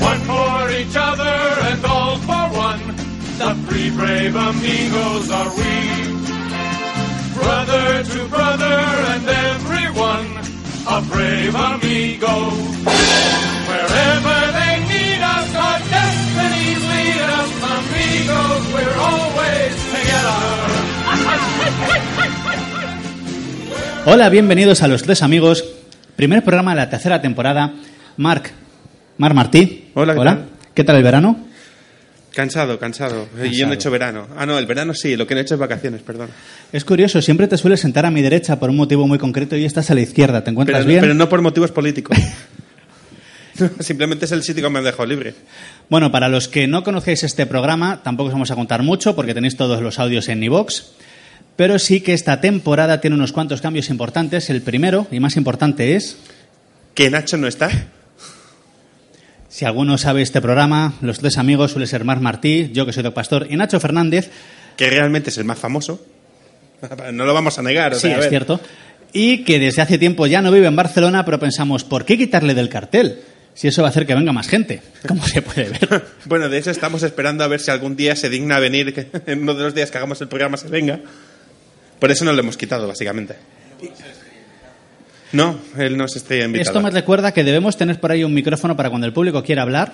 One for each other and all for one. The three brave amigos are we. Brother to brother and everyone, a brave amigo. Wherever they need us, our destinies lead us. Amigos, we're always together. Hola, bienvenidos a los tres amigos. Primer programa de la tercera temporada. Marc, Marc Martí. Hola, ¿qué Hola. tal? ¿Qué tal el verano? Cansado, cansado. Eh, Yo no he hecho verano. Ah, no, el verano sí, lo que no he hecho es vacaciones, perdón. Es curioso, siempre te sueles sentar a mi derecha por un motivo muy concreto y estás a la izquierda. ¿Te Pero, encuentras bien? pero no por motivos políticos. No, Simplemente es el sitio que me han dejado libre. Bueno, para los que no conocéis este programa, tampoco os vamos a contar mucho porque tenéis todos los audios en iVox. Pero sí que esta temporada tiene unos cuantos cambios importantes. El primero y más importante es, Que Nacho no está. si alguno sabe este programa, los tres amigos suele ser Marc Martí, yo que soy Doc Pastor y Nacho Fernández, Que realmente es el más famoso. No lo vamos a negar. o Sí, sea, a es ver. cierto. Y que desde hace tiempo ya no vive en Barcelona, pero pensamos, ¿por qué quitarle del cartel? Si eso va a hacer que venga más gente, como se puede ver. Bueno, de hecho estamos esperando a ver si algún día se digna venir, que en uno de los días que hagamos el programa se venga. Por eso no lo hemos quitado, básicamente. No, él no se esté invitado. Esto me recuerda que debemos tener por ahí un micrófono para cuando el público quiera hablar.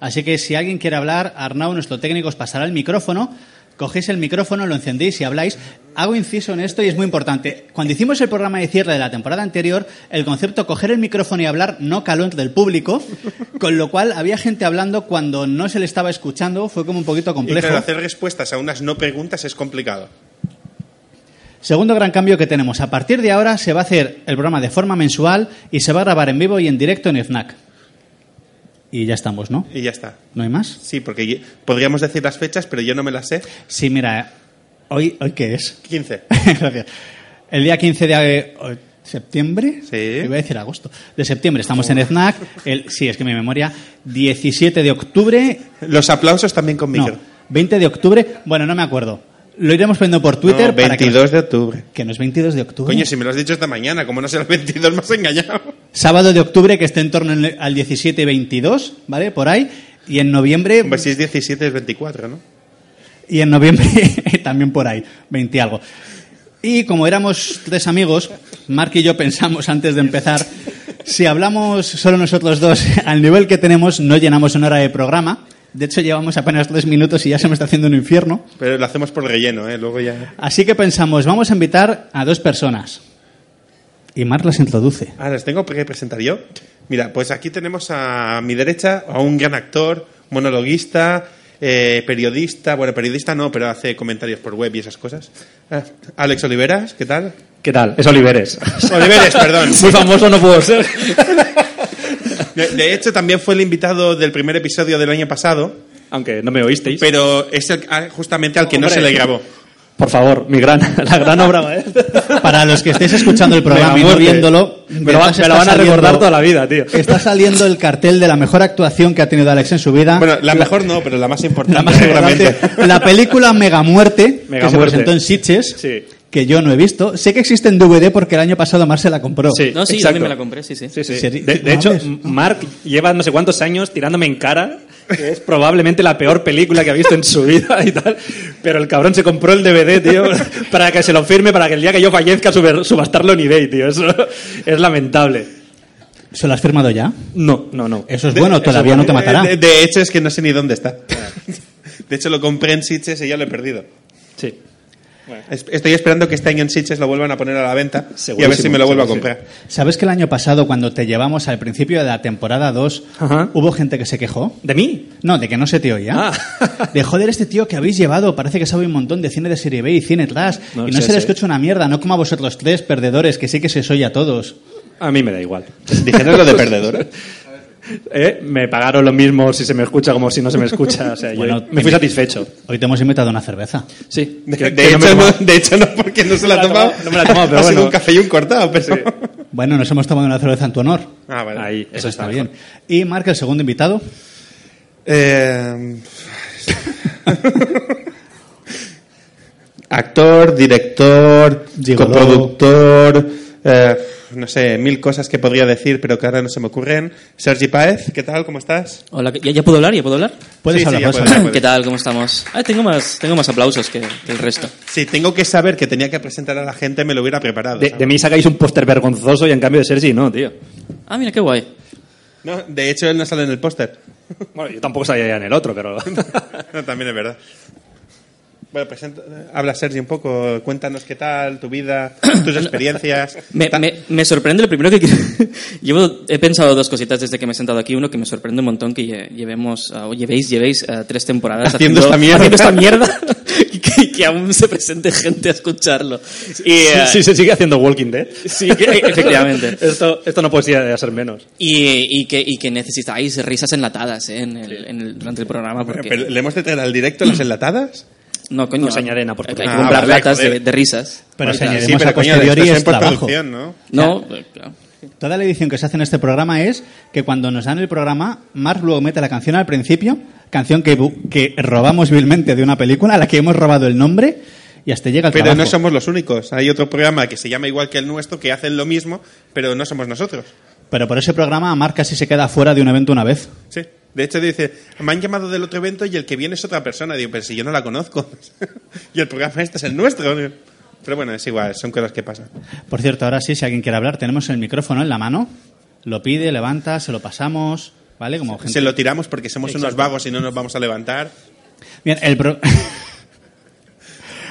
Así que si alguien quiere hablar, Arnau, nuestro técnico, os pasará el micrófono. Cogéis el micrófono, lo encendéis y habláis. Hago inciso en esto y es muy importante. Cuando hicimos el programa de cierre de la temporada anterior, el concepto coger el micrófono y hablar no caló entre el público, con lo cual había gente hablando cuando no se le estaba escuchando. Fue como un poquito Y complejo. claro, hacer respuestas a unas no preguntas es complicado. Segundo gran cambio que tenemos. A partir de ahora se va a hacer el programa de forma mensual y se va a grabar en vivo y en directo en FNAC. Y ya estamos, ¿no? Y ya está. ¿No hay más? Sí, porque ye- podríamos decir las fechas, pero yo no me las sé. Sí, mira, hoy, ¿hoy qué es? 15. Gracias. El día 15 de eh, septiembre, Sí. iba a decir agosto, de septiembre estamos en FNAC, el, sí, es que mi memoria, 17 de octubre, Los aplausos también con no, micro. 20 de octubre, bueno, no me acuerdo, lo iremos poniendo por Twitter No, para que- 22 de octubre. que no es 22 de octubre. Coño, si me lo has dicho esta mañana, como no sea el 22, me has engañado. Sábado de octubre, que esté en torno en- al 17-22, ¿vale? Por ahí. Y en noviembre, Hombre, si es 17, es 24, ¿no? y en noviembre también por ahí, 20 algo. Y como éramos tres amigos, Mark y yo pensamos antes de empezar, si hablamos solo nosotros dos al nivel que tenemos, no llenamos una hora de programa. De hecho, llevamos apenas tres minutos y ya se me está haciendo un infierno. Pero lo hacemos por relleno, ¿eh? Luego ya. Así que pensamos, vamos a invitar a dos personas. Y Mark las introduce. Ah, ¿las tengo que presentar yo? Mira, pues aquí tenemos a mi derecha a un gran actor, monologuista, eh, periodista. Bueno, periodista no, pero hace comentarios por web y esas cosas. Ah, Alex Oliveras, ¿qué tal? ¿Qué tal? Es Oliveres. Oliveres, perdón. Muy famoso no puedo ser. De, de hecho, también fue el invitado del primer episodio del año pasado, Aunque no me oísteis. pero es el- ah, justamente al que no Hombre. se le grabó. Por favor, mi gran, la gran obra maestra. Para los que estéis escuchando el programa Mega y no muerte. viéndolo, Me lo, va- detrás me lo está van a saliendo- recordar toda la vida, tío. Está saliendo el cartel de la mejor actuación que ha tenido Alex en su Ah. vida. Bueno, la mejor no, pero la más importante, La más importante, seguramente. la película Megamuerte, que se Megamuerte. presentó en Sitges, Sí. que yo no he visto. Sé que existe en DVD porque el año pasado Mar se la compró. Sí. No, sí, yo exacto. también me la compré, sí, sí. Sí, sí. Seri- De, de no hecho, hables. Mark lleva no sé cuántos años tirándome en cara. que Es probablemente la peor película que ha visto en su vida y tal. Pero el cabrón se compró el DVD, tío, para que se lo firme, para que el día que yo fallezca sube- subastarlo en eBay, tío. Eso es lamentable. ¿Se lo has firmado ya? No, no, no. Eso es bueno, De- todavía eso- no te matará. De, de hecho, es que no sé ni dónde está. De hecho, lo compré en Sitges y ya lo he perdido. Sí. Es- Estoy esperando que este año en Sitges lo vuelvan a poner a la venta y a ver Segurísimo, si me lo vuelvo a segurísimo. comprar. ¿Sabes que el año pasado, cuando te llevamos al principio de la temporada 2, Ajá. hubo gente que se quejó? ¿De mí? No, de que no se te oía. Ah. De joder, este tío que habéis llevado, parece que sabe un montón de cine de serie B y cine trash. No, y no sí, se le sí. escucha una mierda, no como a vosotros tres perdedores, que sí que se os oye a todos. A mí me da igual. Dijeron lo de perdedor. Eh, Me pagaron lo mismo si se me escucha como si no se me escucha. O sea, yo Bueno, me fui satisfecho. Hoy te hemos invitado una cerveza. Sí. De, que- de que no me hecho, he no tomado. de hecho, no, porque no se la ha tomado. No me la he tomado, pero Ha sido bueno. un café y un cortado, pero... Bueno, nos hemos tomado una cerveza en tu honor. Ah, vale. Ahí, eso está bien. Y marca el segundo invitado. Eh, Actor, director, Gigoló. coproductor, eh, no sé, mil cosas que podría decir, pero que ahora no se me ocurren. Sergi Páez, ¿qué tal? ¿Cómo estás? Hola, ¿ya, ya puedo hablar? ¿Ya puedo hablar? Puedes Sí, sí, hablar, ya puedes puedes. hablar. ¿Qué tal? ¿Cómo estamos? Ah, tengo más, tengo más aplausos que, que el resto. Si tengo que saber que tenía que presentar a la gente, me lo hubiera preparado. De, ¿sabes? de mí sacáis un póster vergonzoso y en cambio de Sergi no, tío. Ah, mira, qué guay. No, de hecho, él no sale en el póster. Bueno, yo tampoco sabía ya en el otro, pero... No, también es verdad. Bueno, presenta, habla Sergi un poco, cuéntanos qué tal, tu vida, tus experiencias. Me, Ta- me- me sorprende lo primero que... Llevo, he pensado dos cositas desde que me he sentado aquí. Uno que me sorprende un montón que lle- llevemos, ah, o llevéis, llevéis ah, tres temporadas Haciendo esta mierda. haciendo esta mierda y que, que aún se presente gente a escucharlo. Y, eh, ah, Sí, se sigue haciendo Walking Dead. Sí, que- efectivamente. Esto, esto no podía ser menos. y- y que, y que necesitáis risas enlatadas eh, en el- en el- durante el programa. Porque... Pero, ¿Le hemos de traer al directo las enlatadas? No, coño. No se añade nada por hay que programa. Ah, comprar vale, latas de, joder. de risas. Pero si Sí, añadimos pero a coño, esto posteriori es es en trabajo. postproducción, ¿no? No, eh, claro. Toda la edición que se hace en este programa es que cuando nos dan el programa, Mark luego mete la canción al principio, canción que, bu- que robamos vilmente de una película, a la que hemos robado el nombre, y hasta llega el Pero trabajo. no somos los únicos. Hay otro programa que se llama igual que el nuestro que hacen lo mismo, pero no somos nosotros. Pero por ese programa, Mark casi se queda fuera de un evento una vez. Sí. De hecho, dice, me han llamado del otro evento y el que viene es otra persona. Digo, pero si yo no la conozco. y el programa este es el nuestro. Pero bueno, es igual, son cosas que pasan. Por cierto, ahora sí, si alguien quiere hablar, tenemos el micrófono en la mano, lo pide, levanta, se lo pasamos, ¿vale? Como gente- Se lo tiramos porque somos unos vagos y no nos vamos a levantar. Bien, el pro-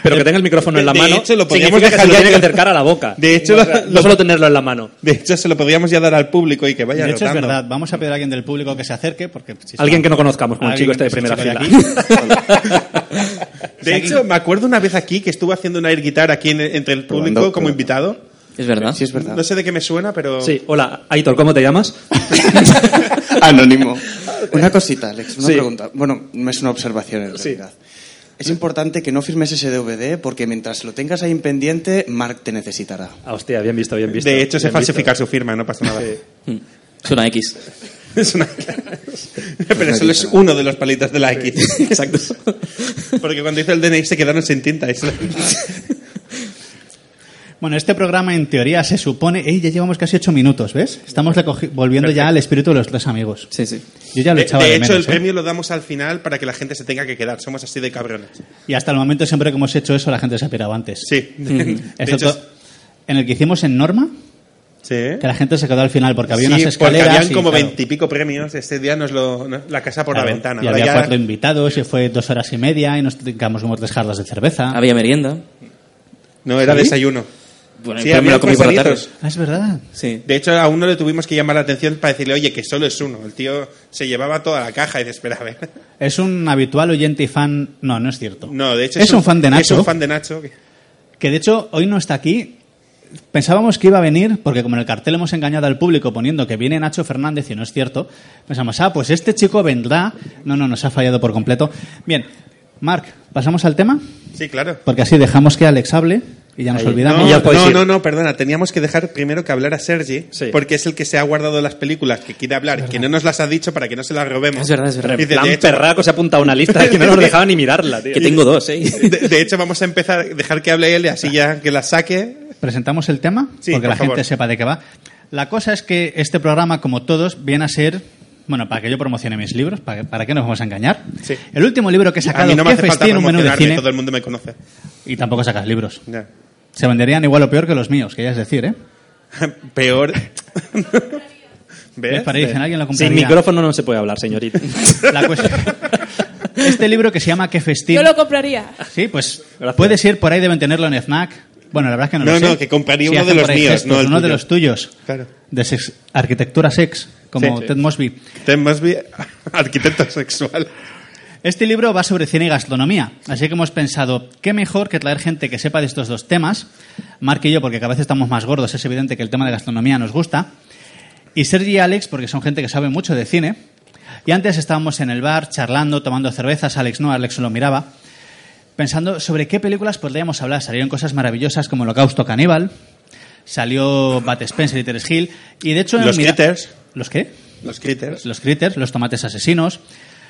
Pero que tenga el micrófono en la Eh, De mano hecho, lo podríamos significa que dejar se lo ya- tiene que acercar a la boca. De hecho, no, o sea, lo- no solo tenerlo en la mano. De hecho, se lo podríamos ya dar al público y que vaya de hecho, es rotando. verdad. Vamos a pedir a alguien del público que se acerque, porque... si está- Alguien que no conozcamos, como el Alguien chico este de que no primera sea fila. chico de De hecho, me acuerdo una vez aquí que estuve haciendo una air guitar aquí en- entre el público Probando, como probando. invitado. es verdad. Sí, es verdad. No sé de qué me suena, pero... Sí, hola, Aitor, ¿cómo te llamas? Anónimo. Una cosita, Alex, una Sí. pregunta. Bueno, no es una observación en realidad. Es importante que no firmes ese DVD porque mientras lo tengas ahí en pendiente, Mark te necesitará. Ah, hostia, bien visto, bien visto. De hecho, sé Bien visto. falsificar su firma, no pasa nada. Mm. Suena X. Es una- Pero solo es uno de los palitos de la X. Exacto. Porque cuando hizo el DNI se quedaron sin tinta. Es- Bueno, este programa en teoría se supone... ¡Ey, ya llevamos casi ocho minutos, ¿ves? Estamos recogi- volviendo ya al espíritu de los tres amigos. Sí, sí. Yo ya lo De, echaba de de, hecho, menos, el ¿eh? premio lo damos al final para que la gente se tenga que quedar. Somos así de cabrones. Y hasta el momento siempre que hemos hecho eso la gente se ha pirado antes. Sí. De Excepto hecho, en el que hicimos en Norma, sí. que la gente se quedó al final porque había Sí, unas porque escaleras... habían y, como claro, veintipico premios. Este día nos lo. no, la casa por la claro, ventana. Y Ahora había ya- cuatro invitados y fue dos horas y media y nos trincamos como tres jarras de cerveza. Había merienda. No, era ¿Sí? desayuno. Bueno, Sí, pero me había lo comí por la tarde. croissanitos. Ah, es verdad. Sí. De hecho, a uno le tuvimos que llamar la atención para decirle, oye, que solo es uno. El tío se llevaba toda la caja y dice, espera, a ver. Es un habitual oyente y fan... No, no es cierto. No, de hecho. Es un fan de Es Nacho. un fan de Nacho. Que de hecho hoy no está aquí. Pensábamos que iba a venir, porque como en el cartel hemos engañado al público poniendo que viene Nacho Fernández y no es cierto, pensamos, ah, pues este chico vendrá. No, no, nos ha fallado por completo. Bien, Marc, pasamos al tema, Sí, claro. porque así dejamos que Alex hable y ya nos Ahí. olvidamos. No, ya podéis no, ir. no, no, perdona. Teníamos que dejar primero que hablara Sergi, Sí. porque es el que se ha guardado las películas que quiere hablar, que no nos las ha dicho para que no se las robemos. Es verdad, es verdad. Y dice, Plan de, hecho, perraco se ha apuntado a una lista que no nos dejaba ni mirarla, tío. Que tengo dos, ¿eh? de- de hecho, vamos a empezar, dejar que hable él y así ya que la saque. Presentamos el tema, Sí, porque por la favor. gente sepa de qué va. La cosa es que este programa, como todos, viene a ser... Bueno, para que yo promocione mis libros, ¿para, para qué nos vamos a engañar? Sí. El último libro que he A sacado, mí no me Qué hace falta festín, un menú de promocionarme, cine, todo el mundo me conoce. y tampoco sacas libros. Ya. Se venderían igual o peor que los míos, que ya es decir, ¿eh? Peor. ¿Ves? Es para ir, dicen, alguien lo Sin compraría. micrófono no se puede hablar, señorita. La cuestión, este libro que se llama Qué festín. Yo lo compraría. Ah, Sí, pues puedes ir por ahí, deben tenerlo en FNAC. Bueno, la verdad es que no, No, lo sé. no, que compraría Sí, uno hacen de por los ahí pues míos, no el uno de tuyo. los tuyos. Claro. De sex- arquitectura sex, como Sí. Ted Mosby. Ted Mosby, arquitecto sexual. Este libro va sobre cine y gastronomía, así que hemos pensado, qué mejor que traer gente que sepa de estos dos temas, Mark y yo, porque cada vez estamos más gordos, es evidente que el tema de gastronomía nos gusta, y Sergi y Alex, porque son gente que sabe mucho de cine, y antes estábamos en el bar charlando, tomando cervezas, Alex no, Alex lo miraba, pensando sobre qué películas podríamos hablar, salieron cosas maravillosas como Holocausto Caníbal, salió Bat Spencer y Terence Hill, y de hecho... Los mira- Critters. ¿Los qué? Los critters. Los critters, los tomates asesinos,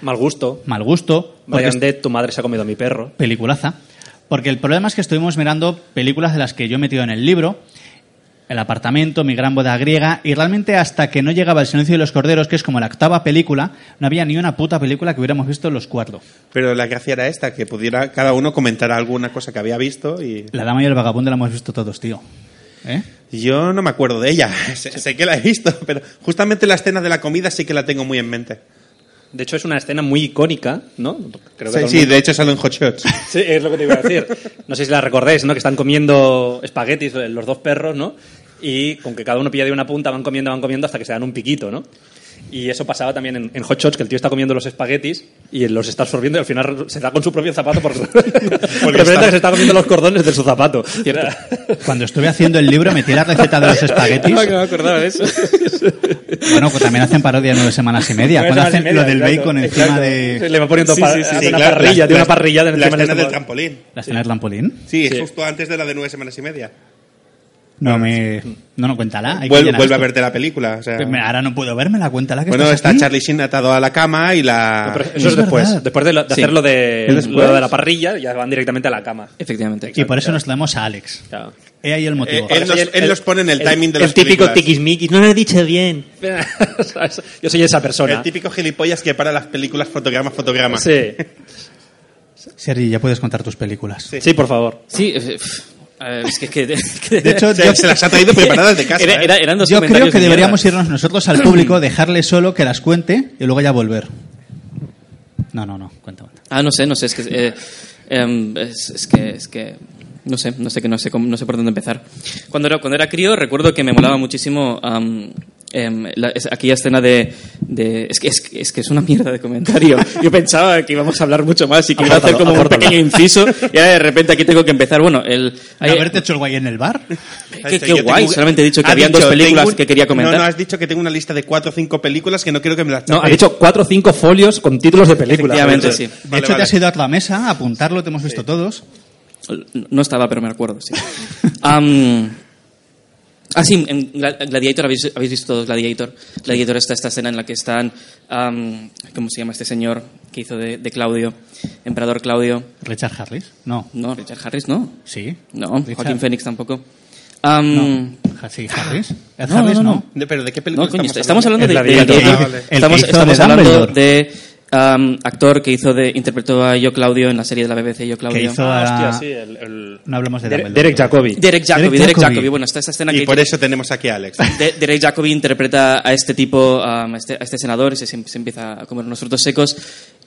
Mal gusto. mal gusto, porque Brian Dead, tu madre se ha comido a mi perro. peliculaza. Porque el problema es que estuvimos mirando películas de las que yo he metido en el libro, El apartamento, Mi gran boda griega, y realmente hasta que no llegaba El silencio de los corderos, que es como la octava película, no había ni una puta película que hubiéramos visto los cuatro. Pero la gracia era esta, que pudiera cada uno comentar alguna cosa que había visto y La dama y el vagabundo la hemos visto todos, tío. ¿Eh? yo no me acuerdo de ella. Sé, sé que la he visto, pero justamente la escena de la comida sí que la tengo muy en mente. De hecho, es una escena muy icónica, ¿no? Creo que todo Sí, el sí, mundo- de hecho salen hot shots. Sí, es lo que te iba a decir. No sé si la recordáis, ¿no? Que están comiendo espaguetis eh, los dos perros, ¿no? Y con que cada uno pilla de una punta, van comiendo, van comiendo hasta que se dan un piquito, ¿no? Y eso pasaba también en, en Hot Shots, que el tío está comiendo los espaguetis y los está absorbiendo y al final se da con su propio zapato por... representa está- que se está comiendo los cordones de su zapato. Cierto. Cuando estuve haciendo el libro, metí la receta de los espaguetis. Ah, no me acordaba de eso. Bueno, pues también hacen parodia en nueve semanas y Pues media. Cuando hacen lo del bacon encima de Le va poniendo Sí, pa- sí, sí, hace sí, una claro, la- parrilla, tiene la- una parrillada La encima escena del del estómago. trampolín. la escena del trampolín. Sí, Sí. justo antes de la de nueve semanas y media. No me. No, no, cuéntala. hay que Vuel- llenar vuelve a esto. verte la película. o sea. Pues mira, Ahora no puedo vérmela, cuéntala que bueno, estás está aquí. Charlie Sheen atado a la cama y la... Pero eso es, Es después. verdad. Ah, Después de, lo- de Sí. hacer lo de, ¿Es después? lo de la parrilla, ya van directamente a la cama. Efectivamente. Y por eso nos traemos a Alex. Claro. He ahí el motivo. Eh, Él los- él los pone en el timing de las El típico películas. tiquismiquis. No lo he dicho bien. Yo soy esa persona. El típico gilipollas que para las películas fotograma a fotograma. Sí. Sergi, ya puedes contar tus películas. sí, por favor. Sí, eh, pf, eh, es que... que- que- De hecho, Se, yo, se las ha traído preparadas de casa. Era- ¿eh? era- eran dos yo creo comentarios que de deberíamos mierda. irnos nosotros al público, dejarle solo que las cuente y luego ya volver. No, no, no, cuenta, cuenta. Ah, no sé, no sé, es que... eh, em, es, es que... Es que no sé, no sé, que no sé, cómo- no sé por dónde empezar. Cuando era, cuando era crío recuerdo que me molaba muchísimo am, em, la- es- aquella escena de... de- es, que, es, que- es que es una mierda de comentario. Yo pensaba que íbamos a hablar mucho más y que iba a hacer Apórtalo, como un apórtalo. pequeño inciso y ahora de repente aquí tengo que empezar. Bueno, el... hay- ¿Haberte hecho el guay en el bar? Qué, Sí, qué yo tengo guay, un- solamente he dicho que Ha habían dicho, dos películas tengo un- que quería comentar. No, no, has dicho que tengo una lista de cuatro o cinco películas que no quiero que me las No, ha tapéis. dicho cuatro o cinco folios con títulos de películas. Efectivamente, sí. De Vale, hecho, te vale. has ido a la mesa a apuntarlo, te hemos visto todos. No estaba, pero me acuerdo, sí. Am, ah, sí, en Gla- Gladiator, ¿habéis, habéis visto todos Gladiator? Gladiator está esta escena en la que están... am, ¿Cómo se llama este señor que hizo de, de Claudio? Emperador Claudio. ¿Richard Harris? No. No, Richard Harris, no. Sí. No, Richard- Joaquín Phoenix tampoco. Am, Ja- Sí, Harris. Ed No, Harris no, no, no. De- ¿Pero de qué no, película coño, estamos, estamos hablando de El de Gladiator. Gladiator. Ah, vale. El que Estamos, hizo estamos de hablando Dumbledore. de am, actor que hizo de interpretó a Yo Claudio en la serie de la BBC Yo Claudio. Que hizo a- No hablamos de Dumbledore. Ah, Derek Jacobi. Derek Jacobi, Derek Derek Jacobi. Jacobi. Bueno, está esta escena Y que por eso tenemos aquí a Alex. De- Derek Jacobi interpreta a este tipo, um, a, este, a este senador, y se, se empieza a comer unos frutos secos.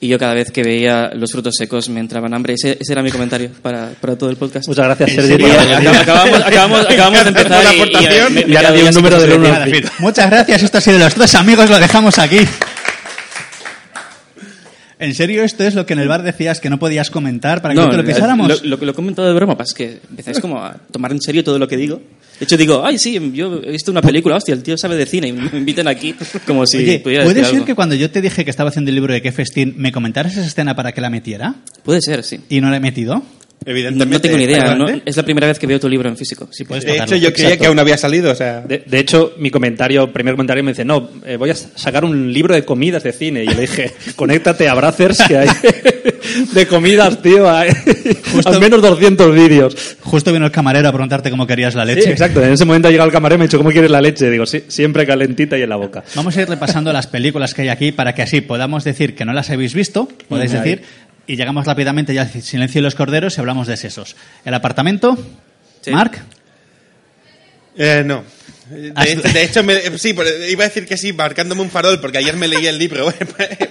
Y yo cada vez que veía los frutos secos me entraban hambre. Ese, ese era mi comentario para, para todo el podcast. Muchas gracias, Y Sergi. acab- Acabamos, acabamos, acabamos Gracias por de la empezar. y- aportación. me- me Y eh, ahora quedo di un así número como del se uno dice. al fin. Muchas gracias, esto ha sido los tres amigos, lo dejamos aquí. En serio, esto es lo que en el bar decías que no podías comentar para que no, te lo pisáramos. eh, Lo, lo que lo he comentado de broma, pa, es que empezáis como a tomar en serio todo lo que digo. De hecho, digo, ay, sí, yo he visto una película, hostia, el tío sabe de cine y me invitan aquí como si Oye, pudiera ¿puede decir ser algo. que cuando yo te dije que estaba haciendo el libro de qué festín, me comentaras esa escena para que la metiera? Puede ser, sí. ¿Y no la he metido? No, Evidentemente. no tengo ni ¿está idea. no- grande? es la primera vez que veo tu libro en físico. Sí, Puedes puede pues, tocarlo. de hecho, yo creía que aún había salido. O sea, De, de hecho, mi comentario, primer comentario me dice, no, eh, voy a sacar un libro de comidas de cine. Y yo le dije, conéctate a Brazers que hay de comidas, tío. hay al menos 200 vídeos. Justo vino el camarero a preguntarte cómo querías la leche. Sí, exacto. En ese momento ha llegado el camarero y me ha dicho, ¿cómo quieres la leche? Digo, sí, siempre calentita y en la boca. Vamos a ir repasando las películas que hay aquí para que así podamos decir que no las habéis visto, podéis Ahí. decir, y llegamos rápidamente ya al silencio de los corderos y hablamos de sesos. ¿El apartamento? Sí. ¿Mark? eh, no. De, Has- hecho- de hecho, me- sí, por- iba a decir que sí, marcándome un farol, porque ayer me leí el libro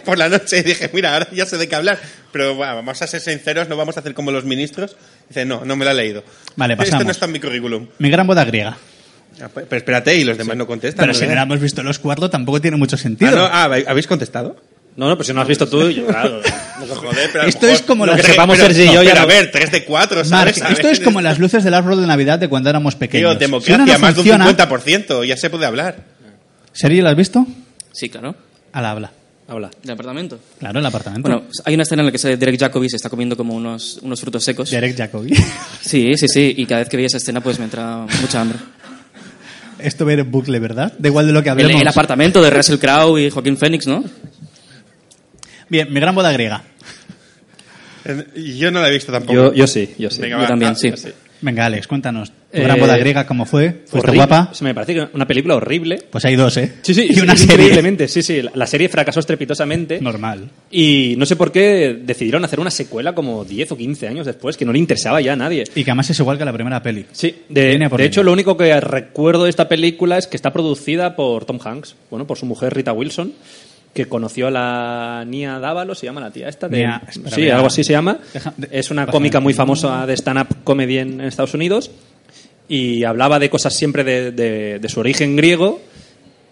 por la noche y dije, mira, ahora ya sé de qué hablar. Pero bueno, vamos a ser sinceros, no vamos a hacer como los ministros. Dice, no, no me lo he leído. Vale, Esto pasamos. no está en mi currículum. Mi gran boda griega. Ah, pe- Pero espérate, y los demás no contestan. Pero si no ¿verdad? hemos visto los cuartos, tampoco tiene mucho Ah, sentido. no, ah, ¿habéis contestado? No, no, pero si no lo has visto tú, yo, claro. Joder, pero a lo Esto es mejor- como no, las- pero- sepamos pero- Sergi y yo no, ya pero a lo- ver, 3 de 4, Marc, ¿sabes? A esto ver. es como las luces del árbol de Navidad de cuando éramos pequeños. Tío, Si uno democracia, no más funciona- de un 50%, ya se puede hablar. ¿Sergio, ¿la has visto? Sí, claro. Al habla. Habla. Del apartamento. Claro, el apartamento. Bueno, hay una escena en la que sale Derek Jacobi se está comiendo como unos, unos frutos secos. Derek Jacobi. Sí, sí, sí. Y cada vez que veía esa escena, pues me entraba mucha hambre. Esto va a ir en bucle, ¿verdad? Da igual de lo que El, hablemos. el apartamento de Russell Crowe y Joaquín Phoenix, ¿no? Bien, mi gran boda griega. Eh, Yo no la he visto tampoco. Yo, yo sí, yo sí. Venga, Yo va, también, ah, sí. yo sí. Venga, Alex, cuéntanos. ¿Tu Eh, gran boda griega cómo fue? ¿Fuiste Horrible. guapa? Se me parece que una película horrible. Pues hay dos, ¿eh? Sí, sí, Y una serie. increíblemente, sí, sí. La, la serie fracasó estrepitosamente. Normal. Y no sé por qué decidieron hacer una secuela como 10 o 15 años después, que no le interesaba ya a nadie. Y que además es igual que la primera peli. Sí, de, Línea por de línea. hecho lo único que recuerdo de esta película es que está producida por Tom Hanks, bueno, por su mujer Rita Wilson, que conoció a la Nia Dávalo, se llama la tía esta. De, Nia- espera, sí, mira. algo así se llama. Deja- de- es una baja cómica el- muy famosa de stand-up comedy en, en Estados Unidos y hablaba de cosas siempre de, de- de su origen griego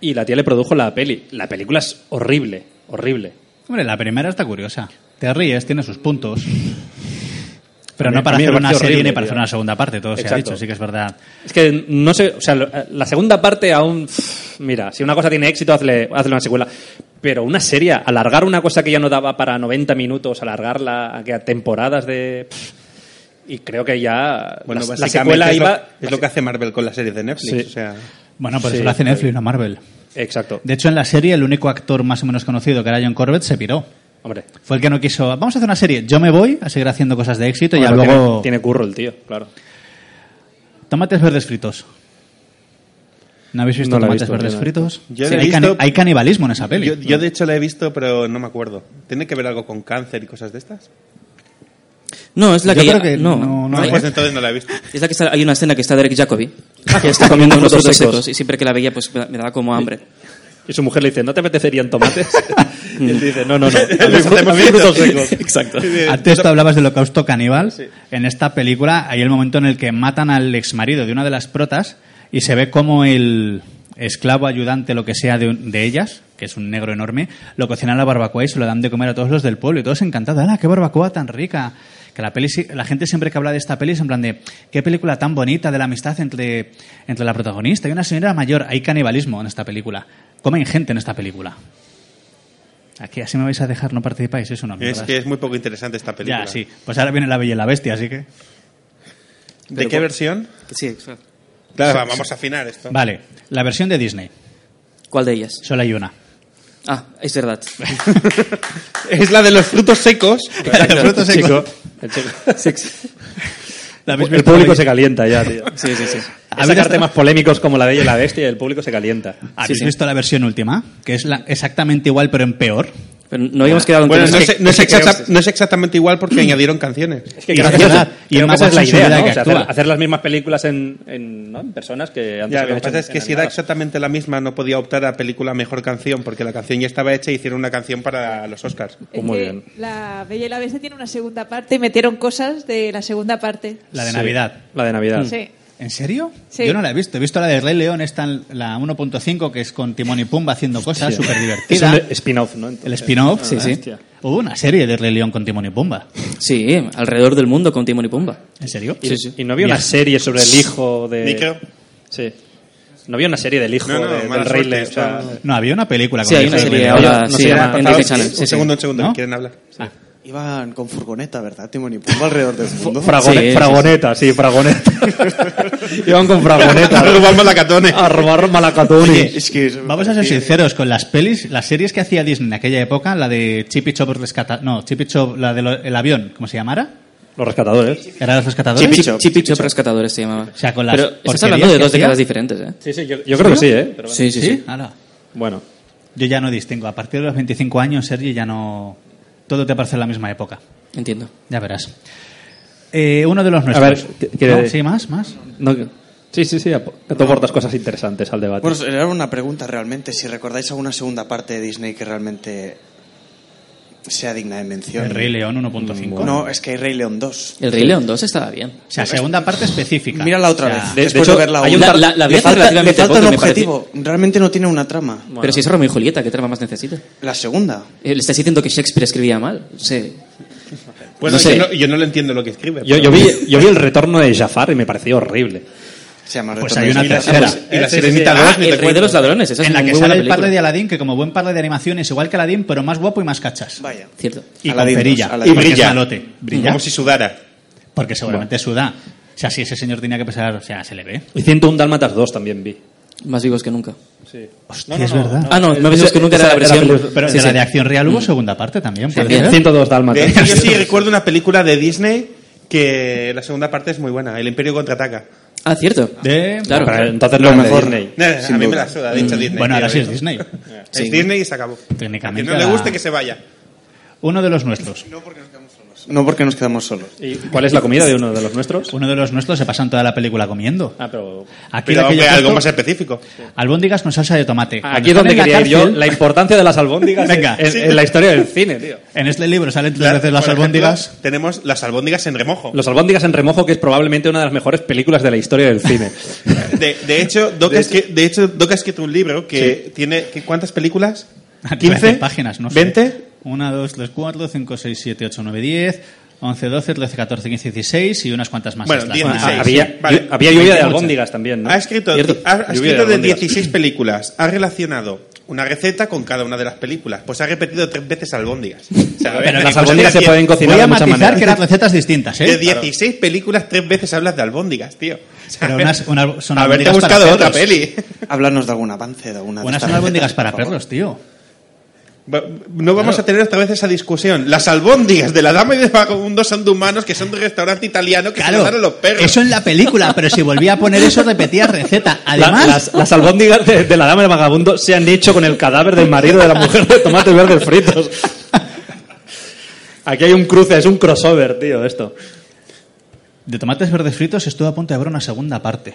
y la tía le produjo la peli. La película es horrible, horrible. Hombre, la primera está curiosa. Te ríes, tiene sus puntos. Pero A mí- no para a mí me hacer una pareció serie horrible, ni para hacer tío. una segunda parte, todo se ha Exacto. dicho, sí que es verdad. Es que no sé, o sea, lo- eh, la segunda parte aún. pff, Mira, si una cosa tiene éxito, hazle, hazle una secuela. Pero una serie, alargar una cosa que ya no daba para 90 minutos, alargarla a que a temporadas de. pff, y creo que ya. Bueno, la- la, básicamente secuela es lo, iba. es lo que hace Marvel con las series de Netflix. Sí. O sea, Bueno, por Sí, eso la hace está Netflix, no Marvel. Exacto. De hecho, en la serie, el único actor más o menos conocido, que era John Corbett, se piró. Hombre. Fue el que no quiso. Vamos a hacer una serie. Yo me voy a seguir haciendo cosas de éxito y ya Bueno, luego. Tiene, tiene curro el tío, claro. Tomates verdes fritos. ¿No habéis visto No la he tomates visto, verdes yo no. fritos? Yo Sí, la he hay, cani- visto- hay canibalismo en esa peli. yo, yo de hecho la he visto, pero no me acuerdo. ¿Tiene que ver algo con cáncer y cosas de estas? No, es la Yo que. creo que no, no- no Ah, hay- pues entonces no la he visto. Es la que está- hay una escena que está Derek Jacobi, que está comiendo unos frutos secos. y siempre que la veía, pues me, me daba como hambre. Y su mujer le dice, ¿no te apetecerían tomates? y él dice, no, no, no. A mí Los fru- a mí frutos hacemos secos. Exacto. Antes tú hablabas del holocausto caníbal. En esta película hay el momento en el que matan al exmarido de una de las protas y se ve como el esclavo ayudante, lo que sea de, un- de ellas, que es un negro enorme, lo cocinan a la barbacoa y se lo dan de comer a todos los del pueblo y todos encantados. ¡Ah, qué barbacoa tan rica! Que la, peli, sí- la gente siempre que habla de esta peli es en plan de qué película tan bonita de la amistad entre, entre la protagonista y una señora mayor. Hay canibalismo en esta película. Comen gente en esta película. Aquí así me vais a dejar, no participáis, eso no. Es mierdas. que es muy poco interesante esta película. Ya, sí. Pues ahora viene La Bella y la Bestia, así que. ¿De Pero qué por- versión? Sí, exacto. Claro, vamos a afinar esto. Vale, la versión de Disney. ¿Cuál de ellas? Solo hay una. Ah, es verdad. Es la de los frutos secos. frutos El chico- secos. el chico- sí. ¿La habéis El visto? público se calienta ya, tío. Sí, sí, sí. A sacar temas polémicos como la Bella y la Bestia, el público se calienta. Ah, ¿Habéis Sí, sí. visto la versión última? Que es la- exactamente igual, pero en peor. Pero no habíamos quedado en Bueno, que- no, Pues que- es, no es que- exacta- no es exactamente igual porque añadieron canciones. Es que Y gracias verdad, a- y en creo que base esa es a la su idea, vida ¿no? que O sea, actúa. hacer, hacer las mismas películas en, en, ¿no? en personas que antes Ya, lo habían que hecho pasa en- es que en si era animadas. exactamente la misma, no podía optar a película mejor canción porque la canción ya estaba hecha y hicieron una canción para los Oscars. Pues Es muy que bien. La Bella y la Bestia tiene una segunda parte y metieron cosas de la segunda parte. La de Sí, Navidad. La de Navidad. Sí. ¿En serio? Sí. Yo no la he visto. He visto la de Rey León, está en la 1.5, que es con Timón y Pumba haciendo cosas, súper Es divertida. un spin-off, ¿no? Entonces- El spin-off, Ah, sí, sí. hostia. Hubo una serie de Rey León con Timón y Pumba. Sí, alrededor del mundo con Timon y Pumba. ¿En serio? Y, y no había una Mira. serie sobre el hijo de. Micro. Sí. No había una serie del hijo No, no, de- mala del Rey suerte, León. o sea, esto- No, había una película con Sí, hay el una Rey serie León. ahora. no ah, sí, se llama- en Por Disney favor, Channel. un Sí, sí. segundo, un segundo, ¿No? quieren hablar. Iban con furgoneta, ¿verdad? Timón y Pumba alrededor del mundo. Fragone- Sí, sí, sí. fragoneta, sí, fragoneta. Iban con fragoneta. Vamos a la catone. a robar malacatones. Oye, Es que eso me vamos a ser parecía- sinceros, con las pelis, las series que hacía Disney en aquella época, la de Chip y Chop rescata, no, Chip y Chop, la del el avión, ¿cómo se llamara? Los rescatadores. ¿Era los rescatadores? Chip y Chip- Chop, Chip y Chip y Chop Chop. Rescatadores se llamaba. O sea, con las Pero estás porquerías hablando de que dos décadas hacía. diferentes, ¿eh? Sí, sí, yo, yo creo que sí, ¿eh? Pero Sí, sí, sí. Ala. bueno. Yo ya no distingo. A partir de los 25 años, Sergio, ya no. Todo te parece en la misma época. Entiendo. Ya verás. Eh, uno de los nuestros. ver, ¿qué- quiere- No, sí, más, más. No, que- Sí, sí, sí, ap- que tú aportas cosas interesantes al debate. Bueno, era una pregunta realmente, si recordáis alguna segunda parte de Disney que realmente sea digna de mención. El Rey León 1.5. No, es que hay Rey León 2. El Rey León 2 estaba bien. O sea, segunda parte específica. Mírala otra O sea, de- vez. de después hecho, verla hay un una. par- la- la vi le hace falta, le relativamente falta poco, un me pareció- objetivo. Realmente no tiene una trama. Pero si es Romeo y Julieta, ¿qué trama más necesita? La segunda. Él está diciendo que Shakespeare escribía mal. Sí. Bueno, No sé. yo, no, yo no le entiendo lo que escribe. Yo, pero- yo vi, yo vi el retorno de Jafar y me pareció horrible. Se llama Pues Retorno hay de una Jedi. Y tercera. la, y la Sí, sí, Sirenita sí. Ah, 2, ni te el Rey cuento. de los Ladrones. Esa es en la una que muy buena sale el película. padre de Aladín, que como buen padre de animación es igual que Aladín, pero más guapo y más cachas. Vaya. Cierto. Y Aladín con dos, perilla. Aladín. Y Y brilla. brilla. Malote. Brilla. Como si sudara. Porque seguramente suda. O sea, si ese señor tenía que pesar, o sea, se le ve. Y 101 Dálmatas 2 también vi. Más vivos que nunca. Hostia, es verdad. Ah, no, más vivos que nunca era la Esa- esa versión. película- Pero Sí, de la sí. de acción real hubo segunda parte también. puede ser. 102 De Dálmatas. hecho, yo sí recuerdo una película de Disney que la segunda parte es muy buena, El Imperio contraataca. Ah, cierto. De- Claro. Pero entonces Lo lo mejor. mejor. Disney. No, Eh, a Sin mí me duda. la suda, de hecho, Disney. Bueno, ahora tío, sí es yo- Disney. Es Sí. Disney y se acabó. Técnicamente Que no la- le guste que se vaya. Uno de los nuestros. No porque nos quedamos solos. ¿Y cuál es la comida de uno de los nuestros? Uno de los nuestros se pasan toda la película comiendo. Ah, pero... Aquí Pero la que yo hombre, algo cuento, más específico. albóndigas con salsa de tomate. Ah, Cuando Aquí es donde Ah, están en quería ir yo, cárcel, la importancia de las albóndigas en- Venga. en, en la historia del cine, tío. En este libro salen tres Claro, veces las por ejemplo, albóndigas. tenemos las albóndigas en remojo. Los albóndigas en remojo, que es probablemente una de las mejores películas de la historia del cine. De, de hecho, Doc es que, de hecho, Doc ha escrito un libro que tiene ¿qué- ¿cuántas películas? Parece 15 páginas, no sé. 20. 1, 2, 3, 4, 5, 6, 7, 8, 9, 10, 11, 12, 13, 14, 15, 16 y unas cuantas más. Bueno, extras. 16. ah, había, sí, vale. había lluvia de albóndigas también, ¿no? Ha escrito, Cierto. ha- ha Lluvia escrito de albóndigas. 16 películas. Ha relacionado una receta con cada una de las películas. Pues ha repetido tres veces albóndigas. O sea, a ver, Pero una las cosa albóndigas es se decir, pueden cocinar Voy a de muchas matizar maneras. que eran recetas distintas, ¿eh? De 16 películas, tres veces hablas de albóndigas, tío. O sea, Pero unas- una- son haberte albóndigas para buscado otra perros. peli. Hablarnos de algún avance, de alguna. de Unas estas son albóndigas recetas, para por favor. perros, tío. Ba- No vamos a tener otra vez esa discusión. Las albóndigas de la dama y del vagabundo son de humanos que son de restaurante italiano que se Claro, lo dan a los perros. eso en la película, pero si volvía a poner eso, repetía receta. La- Además, las, las albóndigas de, de la dama del vagabundo se han hecho con el cadáver del marido de la mujer de tomates verdes fritos. Aquí hay un cruce, es un crossover, tío, esto. de tomates verdes fritos estuve a punto de ver una segunda parte.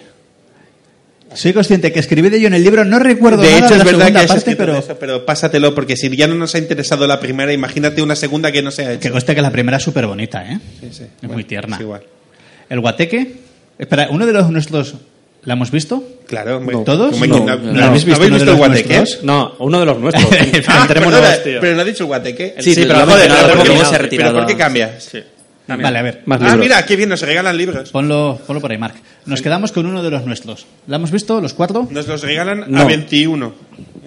Soy consciente que escribí de ello en el libro, no recuerdo de nada hecho, de es la verdad que segunda es parte, escrito de pero eso, pero pásatelo, porque si ya no nos ha interesado la primera, imagínate una segunda que no se ha hecho. que conste que la primera es súper bonita, ¿eh? Sí, Es bueno, muy tierna. es igual. El guateque. Espera, uno de los nuestros. ¿La hemos visto? Claro, hombre. ¿Todos? Como- No, ¿no- no. no- ¿Habéis visto ¿Habéis uno de visto el los guateque? nuestros? No, uno de los nuestros. Ah, Entremos perdona, nuevos, tío. pero no ha dicho el guateque. Sí, sí, pero lo ha mencionado, pero lo ¿por ha qué- mencionado, se ha retirado. pero ¿por qué cambia? Vale, a ver. Más Ah, libros. mira, qué bien, nos regalan libros. Ponlo, ponlo por ahí, Mark. Nos quedamos con uno de los nuestros. ¿La hemos visto, los cuatro? Nos los regalan a No. 21.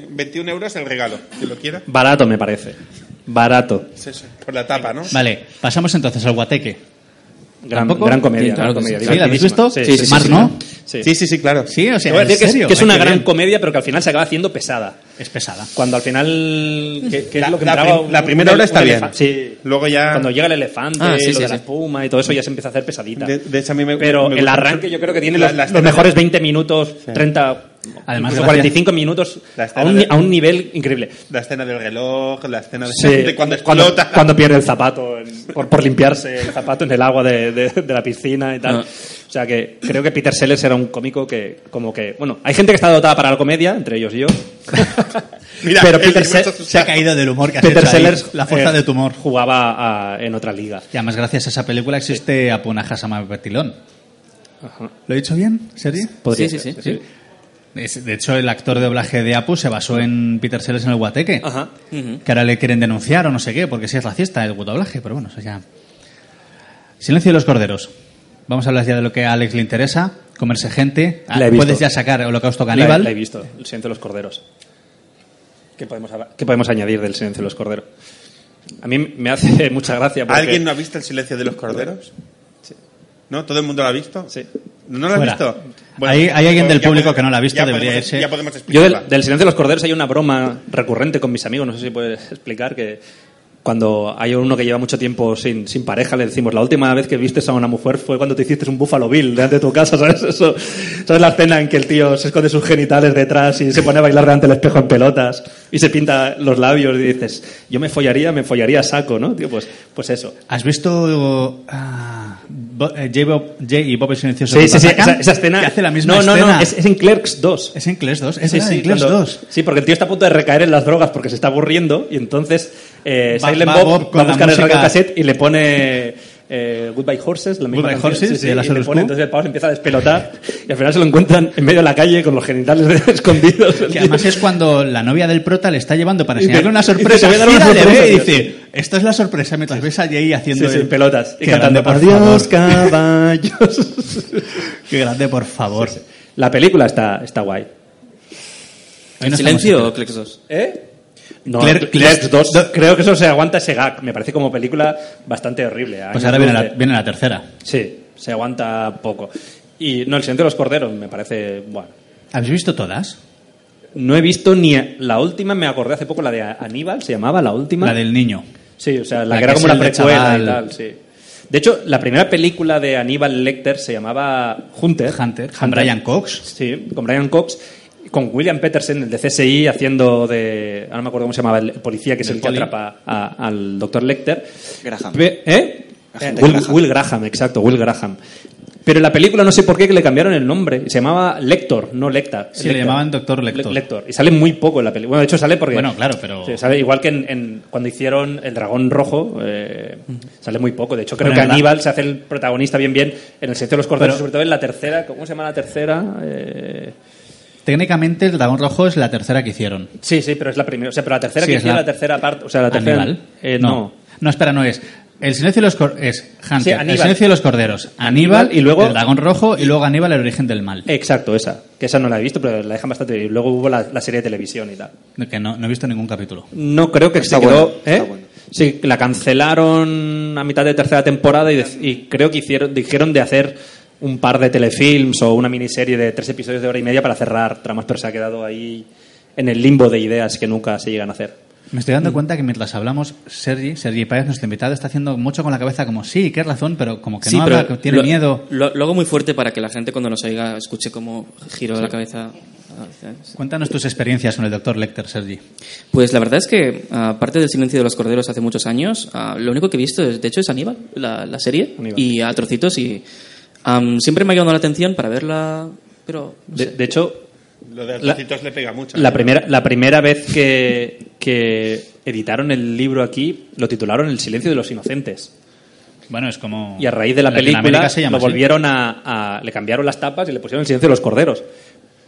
21 euros el regalo, que lo quiera. Barato, me parece. Barato. Sí, sí, Por la tapa, ¿no? Vale, pasamos entonces al guateque. Gran, ¿Tampoco? gran comedia. Sí, claro gran que sí. comedia, ¿Sí? ¿La habéis divertidísima. visto? Sí, sí, sí, Mark, sí. ¿no? Sí. Sí, sí, sí, claro. Sí, o Te sea, voy a ¿en decir que es- serio? que es una Ay, qué gran bien. comedia, pero que al final se acaba haciendo pesada. Es pesada. Cuando al final. que- que es La- lo que la entraba prim- un- la primera un- hora un está bien. elefante. Sí. Luego ya- Cuando llega el elefante, Ah, sí, lo sí, de sí. la espuma y todo eso ya se empieza a hacer pesadita. De, de hecho, a mí me, pero me el gusta arranque mucho yo creo que tiene la- los, la los escena- mejores 20 minutos, 30. Además, incluso gracias. 45 minutos La a escena un, de- a un nivel increíble. La escena del reloj, la escena de, Sí, de cuando cuando, explota. cuando pierde el zapato, en- por, por limpiarse el zapato en el agua de, de- de la piscina y tal. Ah. O sea que creo que Peter Sellers era un cómico que, como que, bueno, hay gente que está dotada para la comedia, entre ellos yo. Mira, pero el Peter, libro está Se- Se ha caído del humor que has Peter hecho ahí. Sellers, La fuerza eh, de tu humor. Jugaba a- en otra liga. Y además, gracias a esa película existe Apuna Hassama Bertilón. ¿Lo he dicho bien, Sergi? Podría Sí, sí, ser, sí, Es- De hecho, el actor de doblaje de Apu se basó en Peter Sellers en el guateque. Ajá. Que ahora le quieren denunciar o no sé qué, porque si es racista el doblaje, pero bueno, eso ya. Silencio de los corderos. Vamos a hablar ya de lo que a Alex le interesa, comerse gente. Ah, La he visto. Puedes ya sacar Holocausto La- Caníbal. La, he visto, El silencio de los corderos. ¿Qué podemos, hablar- qué podemos añadir del silencio de los corderos? A mí me hace mucha gracia porque... ¿Alguien no ha visto el silencio de los corderos? ¿No? ¿Todo el mundo lo ha visto? Sí. ¿No lo ha Fuera. visto? Hay- hay alguien del ya público podemos- que no lo ha visto, ya debería podemos- irse. Ya podemos Yo explicarla. del, del Silencio de los Corderos hay una broma recurrente con mis amigos, no sé si puedes explicar que cuando hay uno que lleva mucho tiempo sin, sin pareja le decimos la última vez que viste a una mujer fue cuando te hiciste un Buffalo Bill delante de tu casa, ¿sabes? Eso, ¿Sabes la escena en que el tío se esconde sus genitales detrás y se pone a bailar delante del espejo en pelotas y se pinta los labios y dices, yo me follaría, me follaría a saco, ¿no? Tío, pues, pues eso. ¿Has visto ah, Bo- eh, J. Bob- J y Bob el silencioso. Sí, sí, sí, contraatacan, esa, esa escena. Que hace la misma no, no, escena. no, es, es en Clerks 2. Es en Clerks 2. Es Sí, verdad, sí, en Clerks cuando- 2. Sí, porque el tío está a punto de recaer en las drogas porque se está aburriendo y entonces eh, Va- Silent va Bob, Bob con va a la buscar el música. radiocassette y le pone eh, Goodbye Horses, la misma Goodbye canción, Horses, sí, sí, de y la le Solus pone, Q. entonces el pavo se empieza a despelotar y al final se lo encuentran en medio de la calle con los genitales escondidos. el Que tío. además es cuando la novia del prota le está llevando para Y te- enseñarle una y te sorpresa. voy a dar una gira, le sorpresa, ve y tío. dice, esta es la sorpresa, mientras ves a Jay haciendo Sí, sí, el- en pelotas. Y Qué cantando, grande, por adiós, favor. caballos. Qué grande, por favor. La película está, está guay. Hoy no ¿Silencio o estamos- Clex 2? ¿Eh? No, Clerks- Clerks Clerks 2. Creo que eso se aguanta ese gag. Me parece como película bastante horrible. Pues Años ahora viene la, luz de- viene la tercera. Sí, se aguanta poco. Y no, el silencio de los corderos me parece. Bueno. ¿Habéis visto todas? No he visto ni la última, me acordé hace poco, la de Aníbal, se llamaba la última. La del niño. Sí, o sea, la, la que era que como es la el de precuela chaval. y tal, sí. De hecho, la primera película de Aníbal Lecter se llamaba Hunter. Hunter, con Brian Cox. Sí, con Brian Cox. Con William Peterson, el de CSI, haciendo de. Ahora no me acuerdo cómo se llamaba el policía, que es Del el que poli. atrapa a- al doctor Lecter. Graham. Pe- ¿Eh? Agente Will, Graham. Will Graham, exacto, Will Graham. Pero en la película no sé por qué que le cambiaron el nombre. Se llamaba Lector, no Lecta. Sí, le llamaban Dr. Lector. Y sale muy poco en la película. Bueno, de hecho sale porque... Bueno, claro, pero- Sí, sale igual que en, en- cuando hicieron El Dragón Rojo, eh, sale muy poco. De hecho, creo Bueno, que en la- Aníbal se hace el protagonista bien bien en El Silencio de los Corderos, Pero- sobre todo en la tercera. ¿Cómo se llama la tercera? Eh, Técnicamente, el dragón rojo es la tercera que hicieron. Sí, sí, pero es la primera. O sea, pero la tercera Sí, que es hicieron la- la... tercera parte... O sea, la tercera... Aníbal. eh, no. No, espera, no es. El silencio de los cor- es Hunter, Sí, Aníbal. el silencio de los corderos, Aníbal, y luego- Eh. el dragón rojo y luego Aníbal el origen del mal. Exacto, esa. Que esa no la he visto, pero la dejan bastante. Y luego hubo la, la serie de televisión y tal. Que no, no he visto ningún capítulo. No creo que Está se quedó. bueno, está ¿eh? bueno. Sí, la cancelaron a mitad de tercera temporada y, dec- y creo que hicieron, dijeron de hacer un par de telefilms o una miniserie de tres episodios de hora y media para cerrar tramas, pero se ha quedado ahí en el limbo de ideas que nunca se llegan a hacer. Me estoy Mm. dando cuenta que mientras hablamos, Sergi, Sergi Páez, nuestro invitado, está haciendo mucho con la cabeza como, sí, qué razón, pero como que no habla, que tiene lo, miedo. Lo, lo hago muy fuerte para que la gente cuando nos oiga escuche cómo giro la cabeza. Ah, Cuéntanos tus experiencias con el doctor Lecter, Sergi. Pues la verdad es que, aparte del silencio de los corderos hace muchos años, ah, lo único que he visto, es, de hecho, es Aníbal, la, la serie, Aníbal. y a trocitos, y am, siempre me ha llamado la atención para verla, pero... no De, sé. de hecho, Lo de La- Artocitos le pega mucho. la primera, la primera vez que, que editaron el libro aquí lo titularon El silencio de los inocentes. Bueno, es como... Y a raíz de la Latinoamérica película se llama lo así. volvieron a, a- Le cambiaron las tapas y le pusieron el silencio de los corderos.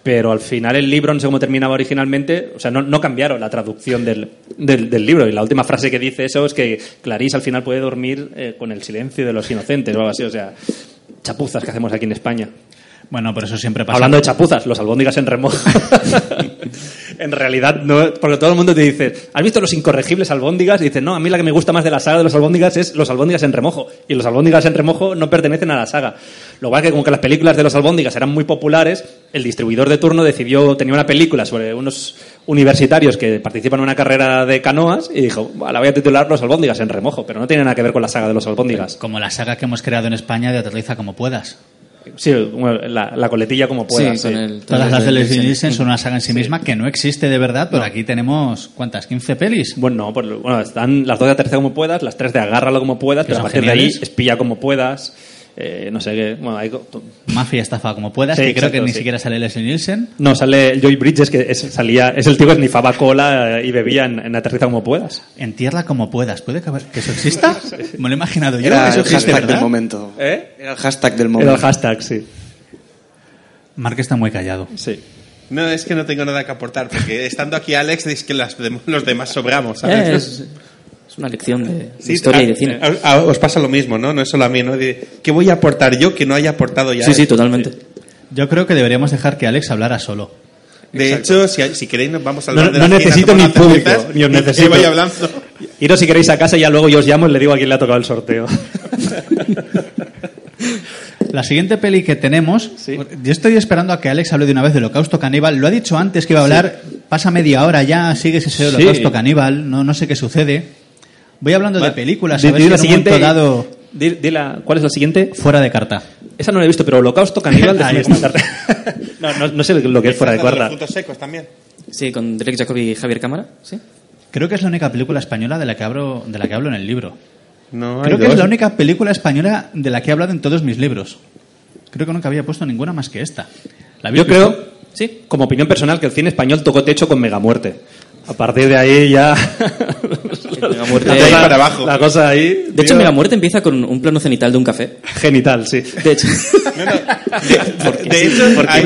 Pero al final el libro, no sé cómo terminaba originalmente, o sea, no, no cambiaron la traducción del, del- del libro. Y la última frase que dice eso es que Clarice al final puede dormir eh, con el silencio de los inocentes o algo así. O sea, chapuzas que hacemos aquí en España. Bueno, por eso siempre pasa. Hablando de chapuzas, los albóndigas en remojo. en realidad, no, porque todo el mundo te dice, ¿has visto los incorregibles albóndigas? Y dices, no, a mí la que me gusta más de la saga de los albóndigas es los albóndigas en remojo. Y los albóndigas en remojo no pertenecen a la saga. Lo cual que como que las películas de los albóndigas eran muy populares, el distribuidor de turno decidió, tenía una película sobre unos universitarios que participan en una carrera de canoas y dijo, "Buah, la voy a titular Los albóndigas en remojo, pero no tiene nada que ver con la saga de los albóndigas. Como la saga que hemos creado en España de Aterriza como puedas. Sí, bueno, la, la coletilla como Sí, pueda. sí. con el... Todas las de Leslie Nielsen son Mm. una saga en sí misma que no existe de verdad, pero aquí tenemos, ¿cuántas? ¿15 pelis? Bueno, no, por- bueno, están las dos de tercera como puedas, las tres de agárralo como puedas, Que pero a son partir de geniales. ahí espilla como puedas, eh, no sé qué. Bueno, hay co- to- Mafia, estafa como puedas, Sí, que creo exacto, que ni sí. siquiera sale Leslie Nielsen. no, sale el Joy Bridges, que es, salía, es el tío que snifaba cola eh, y bebía en, en aterriza como puedas. Entierra como puedas. ¿Puede que, que eso exista? Me lo he imaginado yo. Era eso el existe, hashtag del ¿verdad? momento. ¿Eh? Era el hashtag del Era momento. el hashtag, sí. Mark está muy callado. sí. No, es que no tengo nada que aportar, porque estando aquí Alex, es que las dem- los demás sobramos, ¿sabes? Eh, es, es una lección de, de Sí, ah, eh, historia a- y de cine. a- a- os pasa lo mismo, ¿no? No es solo a mí, ¿no? De, ¿Qué voy a aportar yo que no haya aportado ya? Sí, sí, él? totalmente. Yo creo que deberíamos dejar que Alex hablara solo. De hecho, si, hay- si queréis, nos vamos a No, hablar de no las necesito ni tiendas, tomamos público, cervezas ni os y- necesito. Y voy hablando. Iros si queréis a casa y ya luego yo os llamo y le digo a quién le ha tocado el sorteo. La siguiente peli que tenemos, yo estoy esperando a que Alex hable de una vez de Holocausto Caníbal. Lo ha dicho antes que iba a hablar, pasa media hora ya, sigues ese Sí. Holocausto Caníbal, no, no sé qué sucede. Voy hablando de películas, a Di- ver di si la en un siguiente momento y- dado di- di la- ¿Cuál es la siguiente? fuera de carta. Esa no la he visto, pero Holocausto Caníbal. Ahí déjame contar. no, no, no sé lo que es fuera de Hablando los cuerda. frutos secos también. Sí, con Derek Jacobi y Javier Cámara, ¿sí? Creo que es la única película española de la que hablo, de la que hablo en el libro. No hay Creo que es dos. la única película española de la que he hablado en todos mis libros. Creo que nunca había puesto ninguna más que esta. ¿La habéis Yo creo, visto? sí, como opinión personal, que el cine español tocó techo con Megamuerte. A partir de ahí ya. Megamuerte- La cosa- para abajo. La cosa ahí. De hecho, tío, Mira Muerte empieza con un plano cenital de un café. Genital, sí. De hecho, de hecho, Porque hay-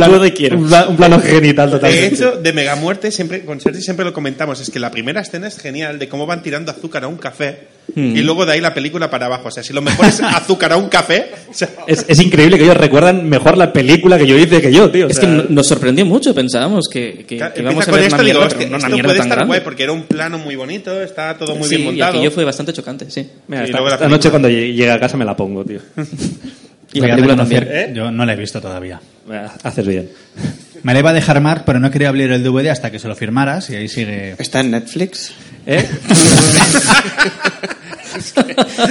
un plano- Un, pla- un plano genital totalmente. De hecho, de Megamuerte, siempre, con Sergi siempre lo comentamos, es que la primera escena es genial de cómo van tirando azúcar a un café y Mm. luego de ahí la película para abajo. O sea, si lo mejor es azúcar a un café, o sea, es, es increíble que ellos recuerdan mejor la película que yo hice que yo, tío. o es que sea, no- nos sorprendió mucho. Pensábamos que, que- claro, que empieza íbamos a con ver esto una y digo, mierda, hostia, pero no una esto mierda puede tan estar grande. guay porque era un plano muy bonito, está todo muy Sí, bien y montado. aquello fue bastante chocante, sí. mira, y esta, luego la esta noche cuando llegue llegue a casa me la pongo, tío. Y Voy la a película reconocer, también. ¿eh? Yo no la he visto todavía. Haces bien. Me la iba a dejar Mark, pero no quería abrir el DVD hasta que se lo firmaras y ahí sigue. ¿Está en Netflix? ¿Eh?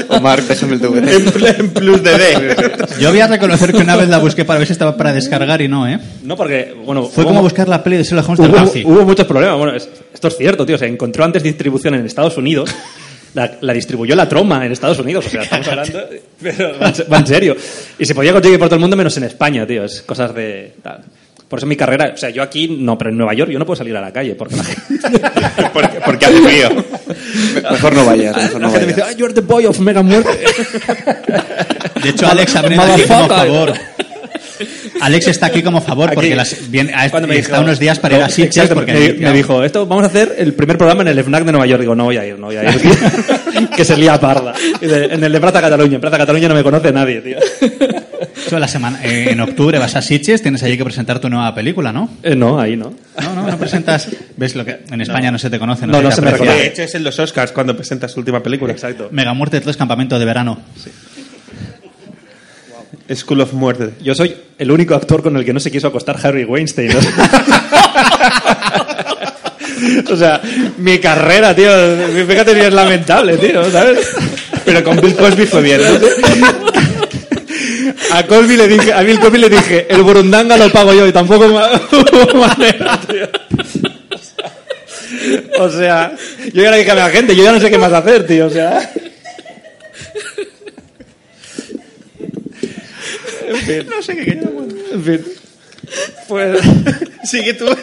Omar, déjame el DVD. En plus de D. Yo voy a reconocer que una vez la busqué para ver si estaba para descargar y no, ¿eh? No, porque, bueno. Fue hubo- como buscar la peli de Sherlock Holmes del Nazi. hubo, hubo muchos problemas. Bueno, es- esto es cierto, tío. Se encontró antes distribución en Estados Unidos. La, la distribuyó la troma en Estados Unidos. O sea, estamos hablando. Pero va en, se- va en serio. Y se podía conseguir por todo el mundo menos en España, tío. Es cosas de. tal. Por eso mi carrera. O sea, yo aquí. No, pero en Nueva York yo no puedo salir a la calle. Porque la gente. Porque, porque hace frío. Mejor no vayas, mejor la no gente me dice, vayas. "Ah, you're the boy of Mega Muerte. De hecho, Alex Abreu aquí como Motherfucker. favor. Alex está aquí como favor porque Aquí. las- viene- ha- Cuando me está dijo- unos días para ir a No, Sitges exacto, porque me, aquí- me dijo, esto vamos a hacer el primer programa en el FNAC de Nueva York. Digo, no voy a ir, no voy a ir. tío. que se lía parda. Dice, En el de Plaza Cataluña. En Plaza Cataluña no me conoce nadie, tío. Eso la semana, eh, en octubre vas a Sitges, tienes allí que presentar tu nueva película, ¿no? Eh, no, ahí no. No, no, no presentas. ¿Ves lo que en España no, se te conoce? No, te no te se me aprecia. reconoce. De hecho, es en los Oscars cuando presenta su última película. Exacto. Megamuerte 3, campamento de verano. School of Muerte. Yo soy el único actor con el que no se quiso acostar Harry Weinstein. ¿no? o sea, mi carrera, tío. Fíjate si es lamentable, tío, ¿sabes? Pero con Bill Cosby fue bien. ¿no? A, Cosby le dije, a Bill Cosby le dije, el burundanga lo pago yo y tampoco ma- hubo manera, tío. O sea, yo ya le dije a la gente, yo ya no sé qué más hacer, tío. O sea, No sé qué quería. en fin. Pues. Sigue tú. A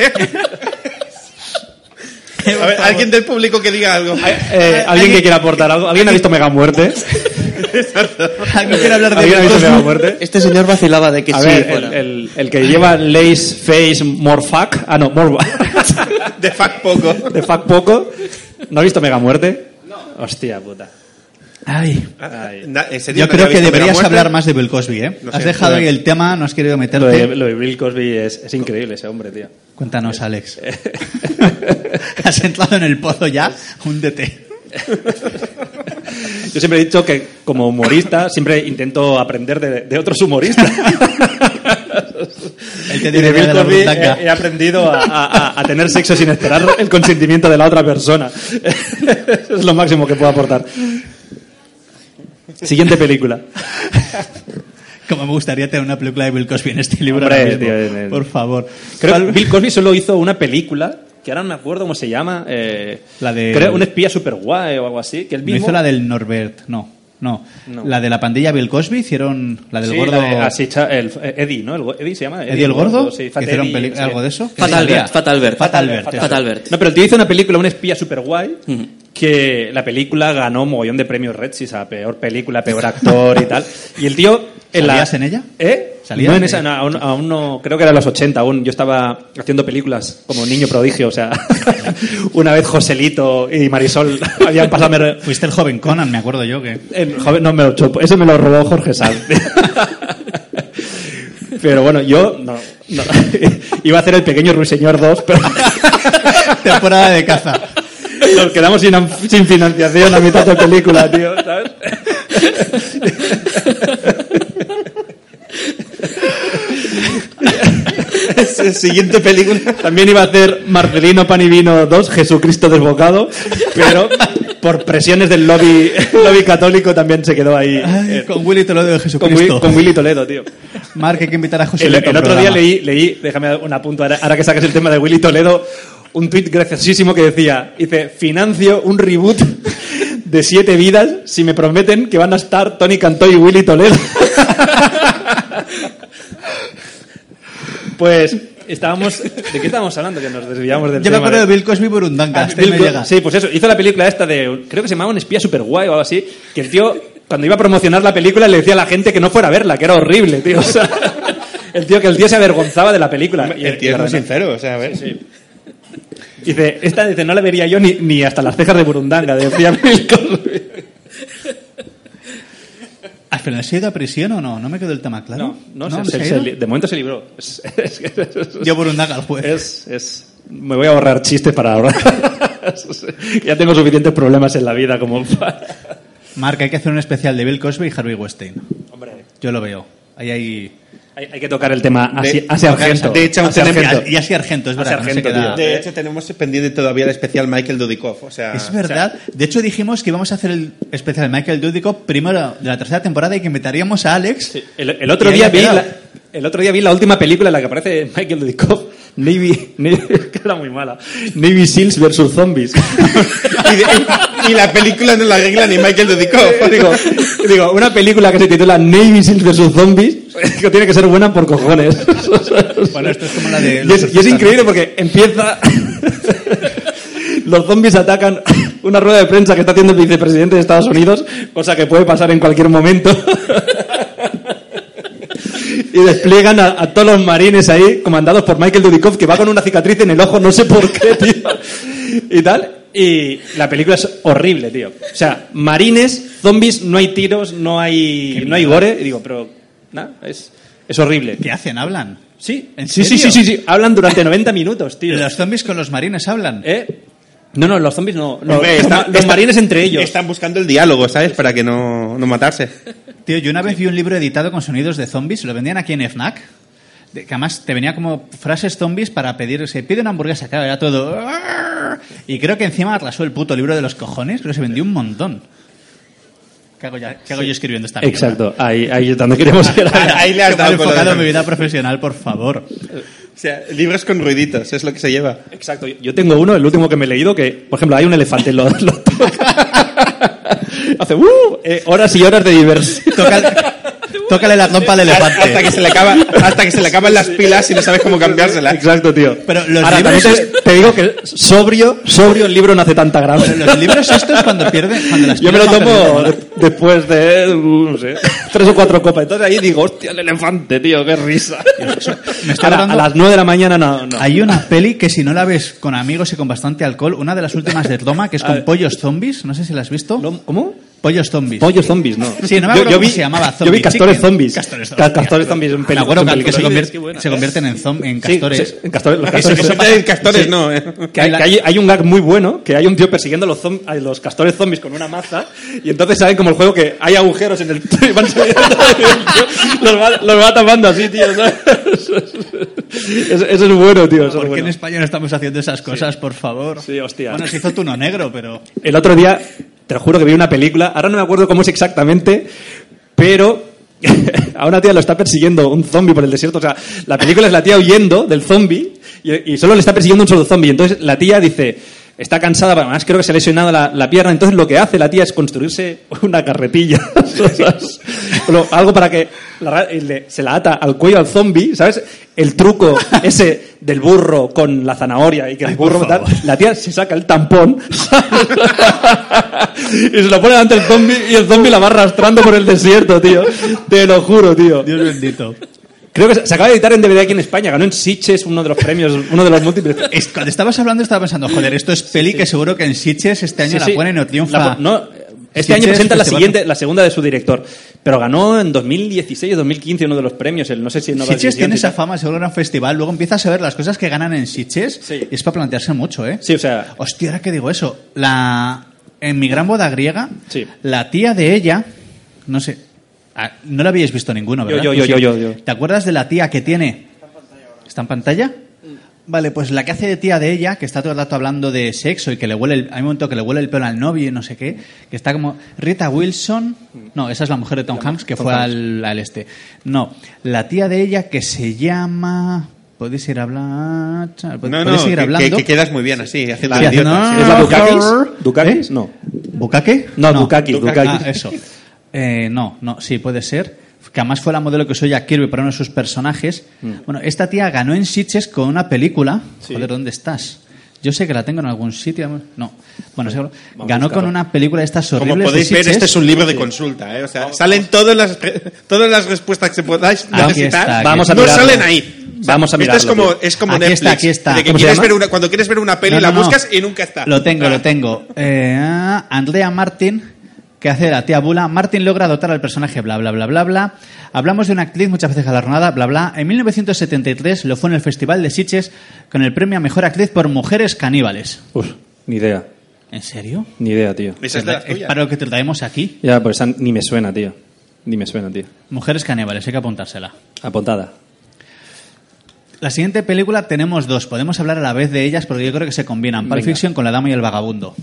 ver, alguien del público que diga algo. Eh, ¿Alguien que quiera aportar algo? ¿Alguien ha visto Mega Muerte? No quiero hablar ¿Alguien ha visto Mega Muerte? Este señor vacilaba de que A sí. ver, fuera. el, el- el que lleva Lace Face More Fuck. Ah, no, More. De fact poco. De Fuck Poco. ¿No ha visto Mega Muerte? No. Hostia puta. Ay, Ay. Na- ¿en serio yo nadie ha creo que visto deberías Megamuerte? hablar más de Bill Cosby, ¿eh? Lo Has siento. dejado ahí el tema, no has querido Lo meterte. de, lo de Bill Cosby es, es increíble, ese hombre, tío. Cuéntanos, Alex. Has entrado en el pozo ya, húndete. Yo siempre he dicho que como humorista siempre intento aprender de, de otros humoristas. Él te Y de dirá de Bill la Cosby eh, burundanga. he, he aprendido a, a- a- a tener sexo sin esperar el consentimiento de la otra persona. Eso es lo máximo que puedo aportar. Siguiente película. Como me gustaría tener una película de Bill Cosby en este libro Hombre, ahora mismo. tío, en el- Por favor. Creo que ¿Cuál- Bill Cosby solo hizo una película, que ahora no me acuerdo cómo se llama. eh, La de- Creo un espía super guay o algo así. Que él No mismo... hizo la del Norbert, no. No. No. La de la pandilla Bill Cosby hicieron la del Sí, gordo. la de- así, cha- el, eh, Eddie, ¿no? El go- Eddie se llama. ¿Eddie el gordo? Sí, ¿Que Fat hicieron Eddie, peli- sí. algo de eso? ¿Qué Fat Albert, salía? Fat Albert, Fat Albert, Fat eso. Albert. No, pero el tío hizo una película, un espía super guay, Ujú. que la película ganó mogollón de premios Redsis a peor película, peor actor y tal. Y el tío... En la- ¿Salías en ella? ¿Eh? ¿Salías no, en en esa, ella? no, aún, aún no, creo que era los 80, aún yo estaba haciendo películas como niño prodigio, o sea, una vez Joselito y Marisol habían pasado... me- Fuiste el joven Conan, me acuerdo yo que. en- joven, no me lo chupo, eso me lo robó Jorge Sanz. Pero bueno, yo no, no. iba a hacer el pequeño Ruiseñor 2, pero Temporada de caza. nos quedamos sin, sin financiación a mitad de película, tío, ¿sabes? Siguiente película. También iba a hacer Marcelino Panivino 2, Jesucristo desbocado, pero por presiones del lobby, lobby católico también se quedó ahí. Ay, con Willy Toledo de Eh, Con, Wi- Jesucristo. con Willy Toledo, tío. Mark, hay que invitar a José El, Lito el al otro día programa. leí, leí, déjame dar un apunto, ahora, ahora que sacas el tema de Willy Toledo, un tuit graciosísimo que decía, dice, financio un reboot de siete vidas si me prometen que van a estar Tony Cantó y Willy Toledo. pues estábamos. ¿De qué estábamos hablando? Que nos desviamos del Yo me tema. acuerdo de de- Bill Cosby Burundanga. este Bill me Co- llega. Ah, Sí, pues eso. Hizo la película esta de. Creo que se llamaba Un espía super guay o algo así. Que el tío, cuando iba a promocionar la película, le decía a la gente que no fuera a verla, que era horrible, tío. O sea, el tío que el tío se avergonzaba de la película. Y El tío es muy sincero, o sea, a ver. Dice, esta dice, no la vería yo ni, ni hasta las cejas de Burundanga, decía Bill Cosby. Al final sigue a prisión o no? No me quedó el tema claro. No, no, se- ha se- ido? se li- de momento se libró. Es, es que- es- Dio Burundanga al juez. es- es- me voy a ahorrar chistes para ahora. ya tengo suficientes problemas en la vida como para... Marca, hay que hacer un especial de Bill Cosby y Harvey Weinstein. Yo lo veo. Ahí hay. Ah, Hay, hay que tocar el tema hacia, De- hacia Argento. de hecho, aún Hacia tenemos- Argento. Y así Argento, es verdad. Hace que no se Argento, queda- Ah, tío. De hecho, tenemos pendiente todavía el especial Michael Dudikoff. O sea, Es verdad. De hecho, dijimos que íbamos a hacer el especial de Michael Dudikoff primero de la tercera temporada y que invitaríamos a Alex. Sí, El, el otro Y ahí día ha vi quedado. la, el otro día vi la última película en la que aparece Michael Dudikoff, Navy, Navy- que era muy mala, Navy Seals versus Zombies. y, de- y la película no la arregla ni Michael Dudikoff. digo, digo, una película que se titula Navy Seals versus Zombies, que tiene que ser buena por cojones. Bueno, esto es como la de- Y es, y es increíble porque empieza... Los zombies atacan una rueda de prensa que está haciendo el vicepresidente de Estados Unidos, cosa que puede pasar en cualquier momento. Y despliegan a, a todos los marines ahí, comandados por Michael Dudikoff, que va con una cicatriz en el ojo, no sé por qué, tío. Y tal. Y la película es horrible, tío. O sea, marines, zombies, no hay tiros, no hay, no hay gore. Y digo, pero, nada, es, es horrible. ¿Qué hacen? ¿Hablan? Sí, ¿En sí, sí, sí, serio? sí, sí. Hablan durante 90 minutos, tío. ¿Los zombies con los marines hablan? ¿Eh? No, no, los zombies no. no, Hombre, los está- ma- los está- marines entre ellos. Están buscando el diálogo, ¿sabes? Para que no, no matarse. Tío, yo una vez vi un libro editado con sonidos de zombies, lo vendían aquí en FNAC. de- Que además te venía como frases zombies para pedir, se pide una hamburguesa, claro, era todo. Y creo que encima atrasó el puto libro de los cojones, pero se vendió un montón. ¿Qué hago, ya- qué hago yo escribiendo esta mierda? Exacto, ahí, ahí es donde queremos llegar. Ahí le Qué mal has dado con lo enfocado de- en mi vida profesional, por favor. O sea, libros con ruiditos, es lo que se lleva. Exacto, yo- yo tengo uno, el último que me he leído, que, por ejemplo, hay un elefante, lo, lo toca. Hace ¡uh! Eh, horas y horas de diversión. Tócale, tócale la trompa al Hasta que elefante. se le acaba, hasta que se le acaban las pilas y no sabes cómo cambiárselas. Exacto, tío. Pero los Ahora, libros- también te, te digo que sobrio, sobrio el libro no hace tanta gracia. Los libros estos cuando pierden, cuando las Yo me lo pierden, tomo cuando- después de, uh, no sé, tres o cuatro copas. Entonces ahí digo, hostia, el elefante, tío, qué risa. Me está Ahora, dando- a las nueve de la mañana, no, no. Hay una peli que si no la ves con amigos y con bastante alcohol, una de las últimas de Roma, que es con pollos zombies, no sé si la has visto. No, ¿Cómo? Pollos zombies. Pollos zombies, no. Sí, no me acuerdo cómo se llamaba, Yo zombie vi castores chicken. zombies. Castores Ca- zombies. Castores zombies en me peli- acuerdo en que, que se, películas. convier- se convierten en, zom- en Sí, castores. sí, en castores, los Eso castores. que se pasa en castores, Sí. no. ¿eh? Pues Que hay, que hay- hay un gag muy bueno, que hay un tío persiguiendo a los, zom- a los castores zombies con una maza, y entonces saben como el juego que hay agujeros en el... y van saliendo, y el tío los, va, los va tapando así, tío. ¿sabes? Eso, es- eso es bueno, tío. Eso es ¿Por qué bueno. en España no estamos haciendo esas cosas, por favor? Sí, hostia. Bueno, se hizo Tuno Negro, pero... El otro día, te lo juro que vi una película, ahora no me acuerdo cómo es exactamente, pero a una tía lo está persiguiendo un zombie por el desierto. O sea, la película es la tía huyendo del zombie y, y solo le está persiguiendo un solo zombie. Entonces la tía dice, está cansada, pero además creo que se le ha lesionado la, la pierna. Entonces lo que hace la tía es construirse una carretilla. ¿sabes? Lo- algo para que la ra- y le- se la ata al cuello al zombie, ¿sabes? El truco ese del burro con la zanahoria y que el burro tal, la tía se saca el tampón ¿sabes? y se lo pone delante del zombie y el zombie la va arrastrando por el desierto, tío. Te lo juro, tío. Dios bendito. Creo que se, se acaba de editar en DVD aquí en España. Ganó en Sitges uno de los premios, uno de los múltiples. Es- cuando estabas hablando estaba pensando, joder, esto es peli que seguro que en Sitges este año Sí, la sí. ponen o triunfa. La po- no, Sitges este año presenta la Festival. siguiente, la segunda de su director. Pero ganó en 2016 o 2015 uno de los premios. El, no sé si no Sitges tiene esa fama, seguro era un festival. Luego empiezas a ver las cosas que ganan en Sitges Sí. y es para plantearse mucho, ¿eh? Sí, o sea. Hostia, ahora que digo eso, la en mi gran boda griega, Sí. la tía de ella, no sé, ah, no la habíais visto ninguno, ¿verdad? Pues yo, yo, yo, yo, yo. ¿Te acuerdas de la tía que tiene? ¿Está en pantalla? Vale, pues la que hace de tía de ella, que está todo el rato hablando de sexo y que le huele el, hay un momento que le huele el pelo al novio y no sé qué, que está como Rita Wilson, no, esa es la mujer de Tom Hanks que fue al, al este. No, la tía de ella que se llama podéis ir a hablar, podéis No, no, ir que- hablando. que, que quedas muy bien así, haciendo Sí, idiota. haciendo- ¿Es la Ah, Dukakis? horror. ¿Dukakis? No. ¿Bukake? No, Dukaki, Dukaki. Ah, eso. Eh, no, no, sí, puede ser. Que además fue la modelo que usó Jack Kirby para uno de sus personajes. Mm. Bueno, esta tía ganó en Sitges con una película. Joder, ¿dónde estás? Yo sé que la tengo en algún sitio. No. Bueno, seguro. Ganó con una película de estas horribles Como de podéis ver, Sitges. este es un libro de consulta, ¿eh? O sea, salen todas las, todas las respuestas que podáis Aquí necesitar. está, aquí Vamos a no mirarlo. salen ahí. Vamos a Esto mirarlo. es como, tío. es como Aquí Netflix. está, aquí está. de que ¿Cómo se quieres llama? ver una- cuando quieres ver una peli, No, la no, no. buscas y nunca está. Lo tengo, Ah. lo tengo. Eh, ah, Andrea Martin, que hace de la tía Bula. Martin logra dotar al personaje, bla, bla, bla, bla, bla. Hablamos de una actriz muchas veces galardonada, bla, bla. En 1973 lo fue en el Festival de Sitges con el premio a Mejor Actriz por Mujeres Caníbales. Uf, ni idea, ¿En serio? Pues ni idea, tío. Esa es de las Es tuyas. para lo que te traemos aquí. Ya, pues esa ni me suena, tío. Ni me suena, tío. Mujeres Caníbales, hay que apuntársela. Apuntada. La siguiente película tenemos dos. Podemos hablar a la vez de ellas porque yo creo que se combinan. Pulp Venga. Fiction con La Dama y el Vagabundo.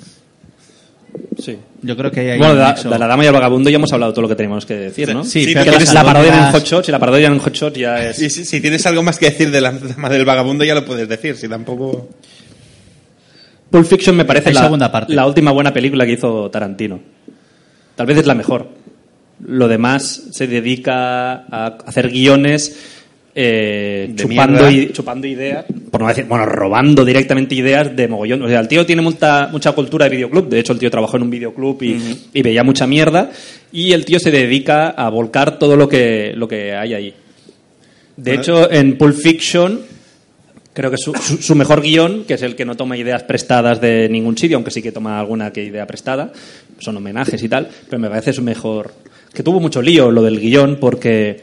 Sí. Yo creo que ahí hay Bueno, un de la, nexo. de la dama y el vagabundo ya hemos hablado todo lo que tenemos que decir, ¿no? Sí, Sí, pero Que tienes la, la parodian en alondras. Hot Shots y la parodian en Hot Shots ya es... Y si, si tienes algo más que decir de la dama del vagabundo, ya lo puedes decir. Si tampoco. Pulp Fiction me parece Hay la, segunda parte. la última buena película que hizo Tarantino. Tal vez es la mejor. Lo demás se dedica a hacer guiones eh, De chupando, mierda. i- chupando ideas, por no decir, bueno, robando directamente ideas de mogollón. O sea, el tío tiene mucha, mucha cultura de videoclub. De hecho, el tío trabajó en un videoclub y, y veía mucha mierda. Y el tío se dedica a volcar todo lo que, lo que hay ahí. De hecho, en Pulp Fiction creo que su, su- su mejor guión, que es el que no toma ideas prestadas de ningún sitio, aunque sí que toma alguna que idea prestada, son homenajes y tal, pero me parece su mejor... Que tuvo mucho lío lo del guión porque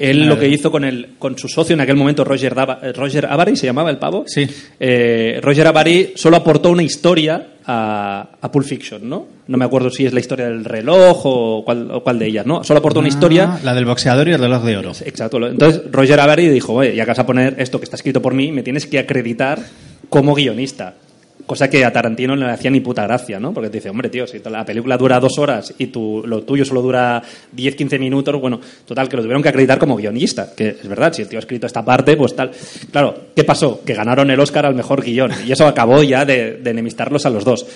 él lo que hizo con, el, con su socio en aquel momento, Roger, Dava- eh, Roger Avary, se llamaba el pavo. Sí. Eh, Roger Avary solo aportó una historia a, a Pulp Fiction, ¿no? No me acuerdo si es la historia del reloj o cuál, o cuál de ellas, ¿no? Solo aportó una historia Ah, La del boxeador y el reloj de oro. Exacto. lo- Entonces Roger Avery dijo, oye, ya que vas a poner esto que está escrito por mí, me tienes que acreditar como guionista. Cosa que a Tarantino no le hacía ni puta gracia, ¿no? Porque te dice, hombre, tío, si la película dura dos horas y tu, lo tuyo solo dura 10, 15 minutos, bueno, total, que lo tuvieron que acreditar como guionista. Que es verdad, si el tío ha escrito esta parte, pues tal. Claro, ¿qué pasó? Que ganaron el Oscar al mejor guión. Y eso acabó ya de- de enemistarlos a los dos.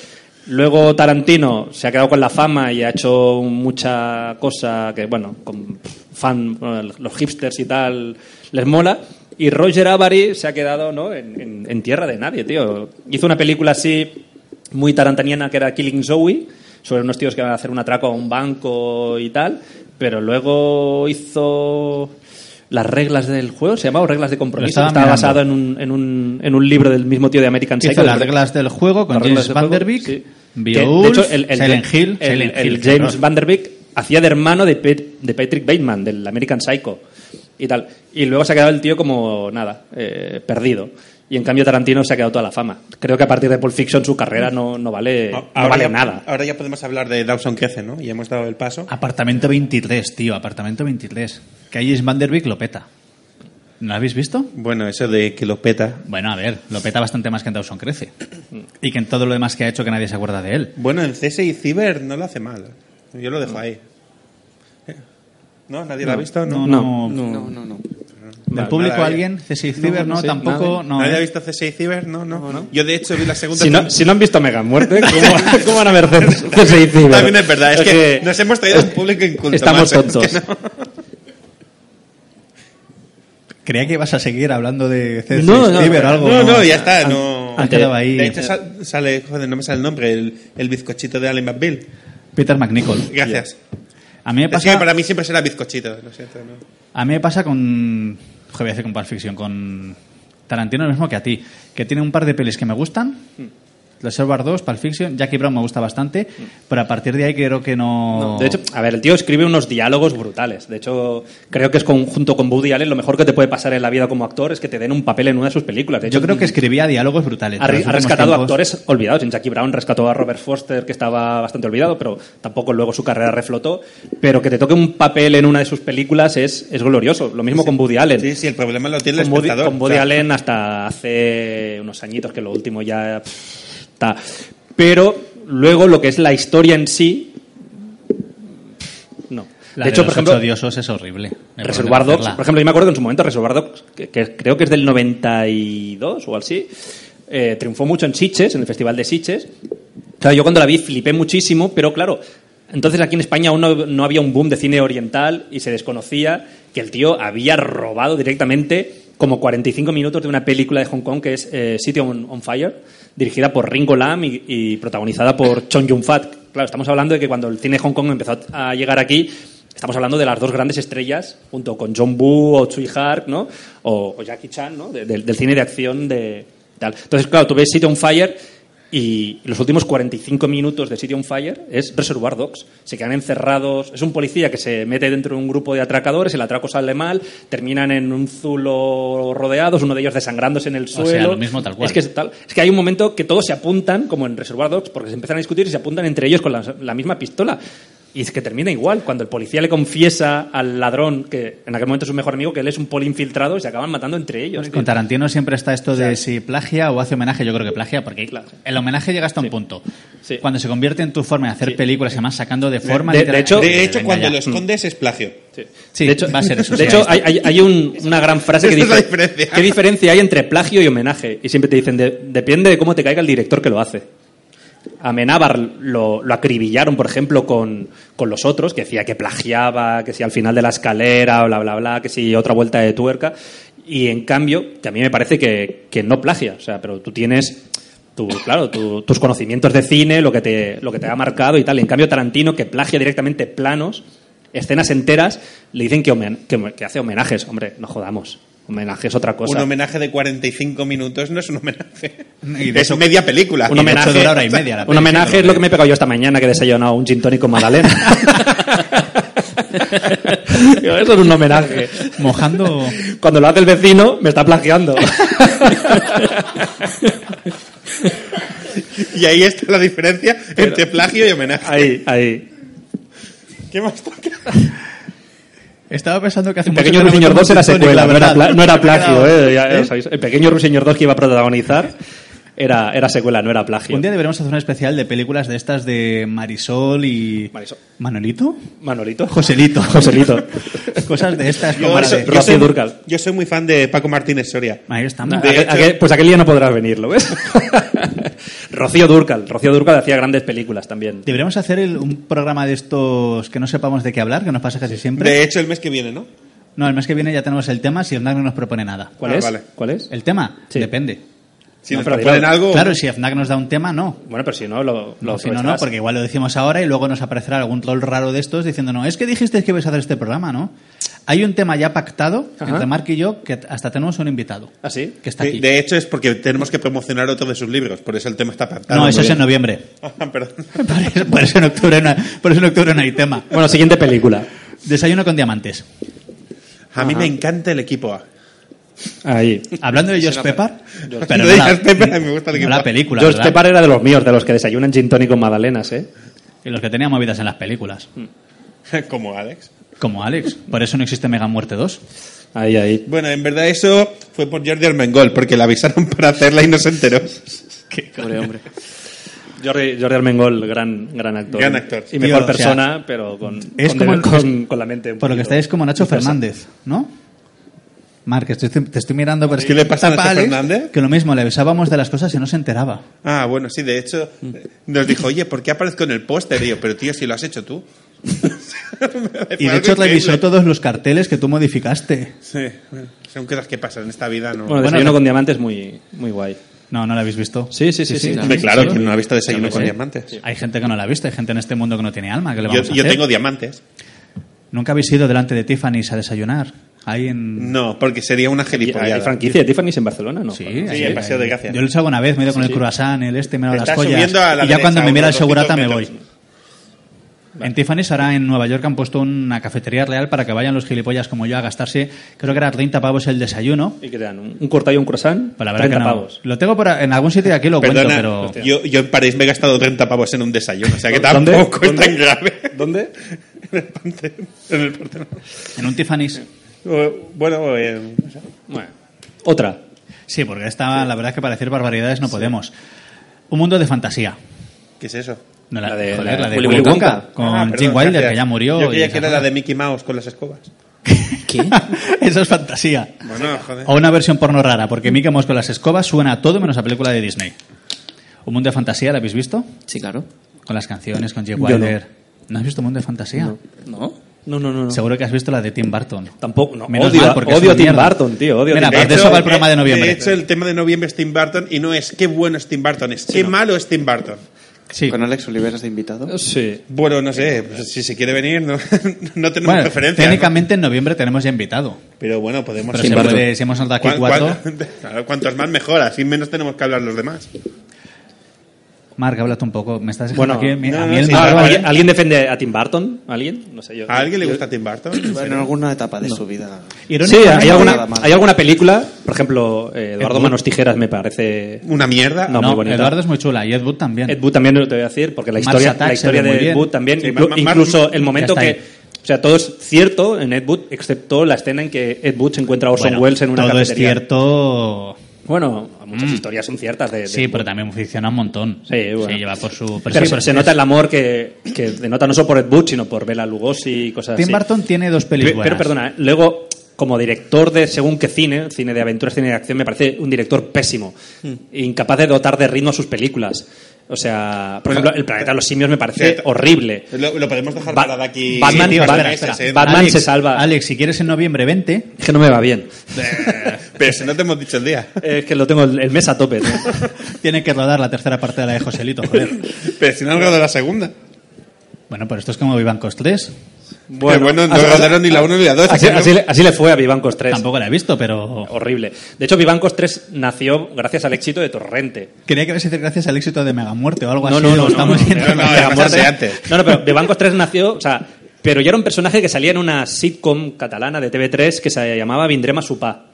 Luego Tarantino se ha quedado con la fama y ha hecho mucha cosa que, bueno, con fan, bueno, los hipsters y tal, les mola. Y Roger Avary se ha quedado ¿no? en, en- en tierra de nadie, tío. Hizo una película así muy tarantaniana que era Killing Zoe, sobre unos tíos que van a hacer un atraco a un banco y tal. Pero luego hizo las reglas del juego, se llamaba Reglas de Compromiso. estaba que Estaba mirando. basado en un, en, un, en un libro del mismo tío de American Hizo Psycho. las del- reglas del juego con las James reglas del juego, Van Der Beek, sí. Beowulf, Que, de hecho, el, el- Silent Hill, el- Silent el Hill, James cabrón. Van Der Beek hacía de hermano de, Pat- de Patrick Bateman, del American Psycho y tal. Y luego se ha quedado el tío como nada, eh, perdido. Y en cambio Tarantino se ha quedado toda la fama. Creo que a partir de Pulp Fiction su carrera no, no vale, Eh, no vale ya, nada. Ah, Ahora ya podemos hablar de Dawson Crece, ¿no? Y hemos dado el paso. Apartamento 23, tío, apartamento 23. Que ahí es Van Der Beek lo peta. ¿No lo habéis visto? Bueno, eso de que lo peta. Bueno, a ver, lo peta bastante más que en Dawson Crece. Y que en todo lo demás que ha hecho que nadie se acuerda de él. Bueno, en CS y Ciber no lo hace mal. Yo lo dejo ahí. ¿Eh? ¿No? ¿Nadie lo ha visto? No. No. No, no, no. ¿Del Vale, público nada, alguien? ¿CSI Ciber? No, no sé, tampoco. nadie. No, ¿Nadie ¿eh? ha visto CS y Ciber? No, no. Yo, de hecho, vi la segunda. Si no, temporada. si no han visto Mega Muerte, ¿cómo, cómo van a ver Cersei Ciber? Ah, También es verdad, es que nos hemos traído un público inculto. Estamos macho, es tontos. que no. Creía que ibas a seguir hablando de CSI No, no, Ciber o algo. No, no, ya está. No. Ha quedado ahí. De hecho, sal- sale, joder, no me sale el nombre, el, el bizcochito de Allen McBeal. Peter McNichol. Gracias. A mí me Es que pasa, para mí siempre será bizcochito, lo siento. ¿no? a mí me pasa con. Joder, voy a decir con Pulp Fiction, con Tarantino lo mismo que a ti. Que tiene un par de pelis que me gustan. Mm. Reservoir 2, Pulp Fiction, Jackie Brown me gusta bastante. Pero a partir de ahí creo que no. De hecho, a ver, el tío escribe unos diálogos brutales. De hecho, creo que es con- junto con Woody Allen lo mejor que te puede pasar en la vida como actor es que te den un papel en una de sus películas. De hecho, yo creo que escribía diálogos brutales. ha, pero re- en los ha últimos rescatado tiempos- actores olvidados. En Jackie Brown rescató a Robert Foster, que estaba bastante olvidado, pero tampoco luego su carrera reflotó. Pero que te toque un papel en una de sus películas es, es glorioso. Lo mismo con Woody Allen Sí, sí, el problema lo tiene el con Woody, espectador. con Woody o sea, Allen hasta hace unos añitos, que lo último ya pff, está. Pero luego lo que es la historia en sí, pff, no. La de hecho, por los ejemplo, ocho odiosos es horrible. No hay Reservoir por dónde Dogs, cogerla. por ejemplo, yo me acuerdo que en su momento Reservoir Dogs, que, que creo que es del 92 o así, eh, triunfó mucho en Sitges, en el Festival de Sitges, Claro, yo cuando la vi flipé muchísimo, pero claro, entonces aquí en España aún no, no había un boom de cine oriental y se desconocía que el tío había robado directamente como 45 minutos de una película de Hong Kong que es eh, City on, on Fire, dirigida por Ringo Lam y, y protagonizada por Chong Yun-fat. Claro, estamos hablando de que cuando el cine de Hong Kong empezó a llegar aquí, estamos hablando de las dos grandes estrellas, junto con John Woo o Chui Hark, ¿no? O, o Jackie Chan, ¿no? De- del- del cine de acción de tal. Entonces, claro, tú ves City on Fire y los últimos 45 minutos de City on Fire es Reservoir Dogs. Se quedan encerrados. Es un policía que se mete dentro de un grupo de atracadores, el atraco sale mal, terminan en un zulo rodeados, uno de ellos desangrándose en el sea, suelo. lo mismo tal cual. Es que, es tal- es que hay un momento que todos se apuntan, como en Reservoir Dogs, porque se empiezan a discutir y se apuntan entre ellos con la, la misma pistola. Y es que termina igual, cuando el policía le confiesa al ladrón, que en aquel momento es su mejor amigo, que él es un poli infiltrado y se acaban matando entre ellos. Con Tarantino siempre está esto de si plagia o hace homenaje. Yo creo que plagia, porque Plagia. el homenaje llega hasta un punto. Sí. Cuando se convierte en tu forma de hacer Sí. películas, además sacando de forma. de- de literal- hecho- De hecho, Venga, cuando ya. lo escondes es plagio. Sí, de hecho, va a ser eso. sí, De hecho, ahí hay, está. hay- hay un- una gran frase que Esta dice: es la diferencia. ¿Qué diferencia hay entre plagio y homenaje? Y siempre te dicen: de- depende de cómo te caiga el director que lo hace. Amenábar lo, lo acribillaron, por ejemplo, con, con los otros, que decía que plagiaba, que si al final de la escalera, bla, bla, bla, que si otra vuelta de tuerca. Y en cambio, que a mí me parece que, que no plagia, o sea, pero tú tienes, tu, claro, tu- tus conocimientos de cine, lo que, te, lo que te ha marcado y tal. Y en cambio, Tarantino, que plagia directamente planos, escenas enteras, le dicen que, homen- que, que hace homenajes. Hombre, no jodamos. Homenaje es otra cosa. un homenaje de 45 minutos no es un homenaje. Y de es eso- media película. un Y de hecho homenaje, dura hora y media la un película, homenaje es lo que me he pegado yo esta mañana que he desayunado un gin tónico magdalena. Eso es un homenaje. Mojando. Cuando lo hace el vecino, me está plagiando. Y ahí está la diferencia entre plagio y homenaje. Ahí, ahí. ¿Qué más toca? Estaba pensando Pues que hace El mucho pequeño que no me Ruiseñor tomo 2 era un tónico, secuela, la no era, verdad. pla- no era plagio. eh, ya- ya ¿Eh? lo sabéis. El pequeño Ruiseñor 2 que iba a protagonizar era, era secuela, no era plagio. Un día deberemos hacer un especial de películas de estas de Marisol y. Marisol. ¿Manolito? Manolito. Joselito. Joselito. Cosas de estas Yo, como la de- soy- yo Rocío soy, Dúrcal. yo soy muy fan de Paco Martínez Soria. Ahí estamos. Nah, De aquel- hecho- aquel- pues aquel día no podrás venir, ¿lo ves? Rocío Durcal. Rocío Durcal hacía grandes películas también. Deberíamos hacer el- un programa de estos que no sepamos de qué hablar, que nos pasa casi siempre. De hecho, el mes que viene, ¿no? No, el mes que viene ya tenemos el tema si FNAC no nos propone nada. ¿Cuál Ah, es? vale. ¿Cuál es? Ah, ¿El tema? Sí. Depende. Si No, nos pero proponen claro, algo. Claro, si FNAC nos da un tema, no. Bueno, pero si no, lo, lo No, si no, no, aprovecharás. porque igual lo decimos ahora y luego nos aparecerá algún troll raro de estos diciendo, no, es que dijisteis que ibais a hacer este programa, ¿no? Hay un tema ya pactado Ajá. entre Mark y yo que hasta tenemos un invitado. ¿Ah, sí? Que está de, aquí. de hecho, es porque tenemos que promocionar otro de sus libros. Por eso el tema está pactado. no, eso es en noviembre. Ah, perdón. Por eso, por eso en octubre no, hay- por eso en octubre no hay tema. Bueno, siguiente película. Desayuno con diamantes. A mí me encanta el equipo A. Ahí. Hablando de George Pepper, pero No no la, digas Pepper, a mí me gusta el no equipo. la película, George ¿verdad? Pepper este era de los míos, de los que desayunan gin tónico con magdalenas, ¿eh? Y los que tenían movidas en las películas. Mm. Como Alex. Como Alex. Por eso no existe Mega Muerte 2. Ahí, ahí. Bueno, en verdad eso fue por Jordi Armengol, porque le avisaron para hacerla y no se enteró. Pobre hombre. Jordi, Jordi Armengol, gran, gran actor. Gran actor. Y mejor Tío, o sea, persona, pero con, es con, como el- con- con la mente. un Por lo que poquito estáis como Nacho dispersa. Fernández, ¿no? Marc, estoy- te estoy mirando. Pero es ¿Qué le pasa a tapa Nacho Alex, Fernández? Que lo mismo, le avisábamos de las cosas y no se enteraba. Ah, bueno, sí, de hecho, Mm. nos dijo, oye, ¿por qué aparezco en el póster? Y yo, pero tío, si lo has hecho tú. Y de hecho revisó todos los carteles que tú modificaste. Sí, bueno, son cosas que pasan en esta vida, ¿no? Bueno, desayuno con diamantes muy, muy guay. No, no la habéis visto. Sí, sí, sí. sí, sí. Hombre, claro, Sí. que no ha visto desayuno Sí. con diamantes. Hay gente que no la ha visto, hay gente en este mundo que no tiene alma. ¿Qué le Yo, vamos a yo hacer? tengo diamantes. Nunca habéis ido delante de Tiffany's a desayunar. Ahí en. No, porque sería una Y- Hay hay gilipollada. franquicia de Tiffany's en Barcelona, ¿no? Sí, Joder. ahí- en Paseo de Gracia. Yo lo hago una vez, me he ido con el croissant, el este, me he dado las Estás joyas. Y subiendo a ya la derecha, cuando me mira el unos segurata me 200 voy. En Tiffany's ahora en Nueva York han puesto una cafetería real para que vayan los gilipollas como yo a gastarse, creo que era 30 pavos el desayuno. Y que te dan un, un cortado y un croissant, Pero la verdad 30 que no. pavos. Lo tengo por, en algún sitio de aquí lo Perdona, cuento, pero yo, yo en París me he gastado 30 pavos en un desayuno, o sea que ¿Dónde? tampoco es ¿Dónde? tan grave. ¿Dónde? En el Partenón. en un Tiffany's. O- Bueno, eh, Bueno. Otra. Sí, porque esta, la verdad es que para decir barbaridades no podemos. Un mundo de fantasía. ¿qué es eso? No, la, La de- joder, la de Willy Willy Wonka. Wonka, con Ah, perdón, Jim Wilder, gracias. que ya murió. Yo y creía esas que era la cosas. de Mickey Mouse con las escobas. ¿Qué? Eso es fantasía. Bueno, joder. O una versión porno rara, porque Mickey Mouse con las escobas suena a todo menos a película de Disney. ¿Un mundo de fantasía la habéis visto? Sí, claro. Con las canciones, con Jay Wilder. No. has visto un mundo de fantasía? ¿No? No, no, no. no. Seguro que has visto la de Tim Burton. Tampoco, no. Menos odio mal, porque es odio una a Tim mierda. Burton, tío. Odio a Mira, Tim pues Burton. de eso va el programa de De noviembre. hecho, el tema de noviembre es Tim Burton y no es qué bueno es Tim Burton, es qué malo es Tim Burton. Sí. Con Alex Oliveras de invitado. Sí. Bueno, no sé, pues, si se quiere venir, no, no tenemos Bueno, preferencia. técnicamente en noviembre tenemos ya invitado. Pero bueno, podemos Pero Tim se Burton. puede, si hemos notado aquí Cuan- cuatro. cuan- claro, cuantos más mejor, así menos tenemos que hablar los demás. Marc, háblate un poco. Me estás Bueno, dejando aquí. mi- no, a no, mí el sí, Mar- Ah, Burton. ¿alguien, alguien defiende a Tim Burton? ¿Alguien? No sé yo. ¿A alguien le gusta Tim Burton? ¿En Bueno, serio? en alguna etapa de su vida. Irónico, Sí, ¿no? hay alguna, nada mal. hay alguna película, por ejemplo, eh, Eduardo Ed Wood. Manos Tijeras me parece... ¿Una mierda? No, muy No, bonita. Eduardo es muy chula y Ed Wood también. Ed Wood también lo te voy a decir, porque la Mars historia, Attacks la historia se ve muy de Ed bien. Wood también, Sí, inclu- Mar- Mar- incluso el momento Ya está que... O sea, todo es cierto en Ed Wood, excepto la escena en que Ed Wood se encuentra a Orson Bueno, Welles en una todo cafetería. es cierto. Bueno, Mm. muchas historias son ciertas de, de Sí, Ed pero Wood. también funciona un montón. Sí, bueno. Se lleva por su... Pero sí, se, se es- nota el amor que, que denota no solo por Ed Wood, sino por Bela Lugosi y cosas Tim así. Burton tiene dos pelis Pe- buenas. Ah, Pero perdona, ¿eh? luego, como director de según qué cine, cine de aventuras, cine de acción, me parece un director pésimo, Hmm. incapaz de dotar de ritmo a sus películas. O sea, por Bueno, eh, ejemplo, El planeta de los simios me parece espérate. horrible. Lo, lo podemos dejar Ba- para de aquí. Batman- un par de Batman- meses, espera, ¿eh? Batman- se salva. Alex, si quieres en noviembre, vente. Es que no me va bien. Pero si no te hemos dicho el día. Eh, Es que lo tengo el, el mes a tope. tío. Tiene que rodar la tercera parte de la de Joselito, joder. Pero si no han rodado la segunda. Bueno, pero esto es como Vivancos 3. Pero bueno, no rodaron ni la uno ni la dos, ¿eh? Así, ¿no? así le- así le fue a Vivancos 3. Tampoco la he visto, pero... Horrible. De hecho, Vivancos 3 nació gracias al éxito de Torrente. Quería que me decir gracias al éxito de Megamuerte o algo No, así. no, lo no, no, estamos no, yendo no, no, mal. era más de antes. No, no, pero de Bancos 3 nació, o sea, pero yo era un personaje que salía en una sitcom catalana de TV3 que se llamaba Vindrema Supá.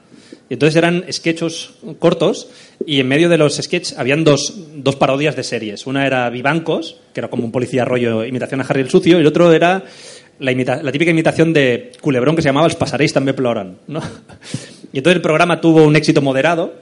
Y entonces eran sketches cortos y en medio de los sketches habían dos, dos parodias de series. Una era Vivancos, que era como un policía rollo imitación a Harry el Sucio, y el otro era la, imita- la típica imitación de Culebrón que se llamaba Els passareis també ploren, ¿no? Y entonces el programa tuvo un éxito moderado,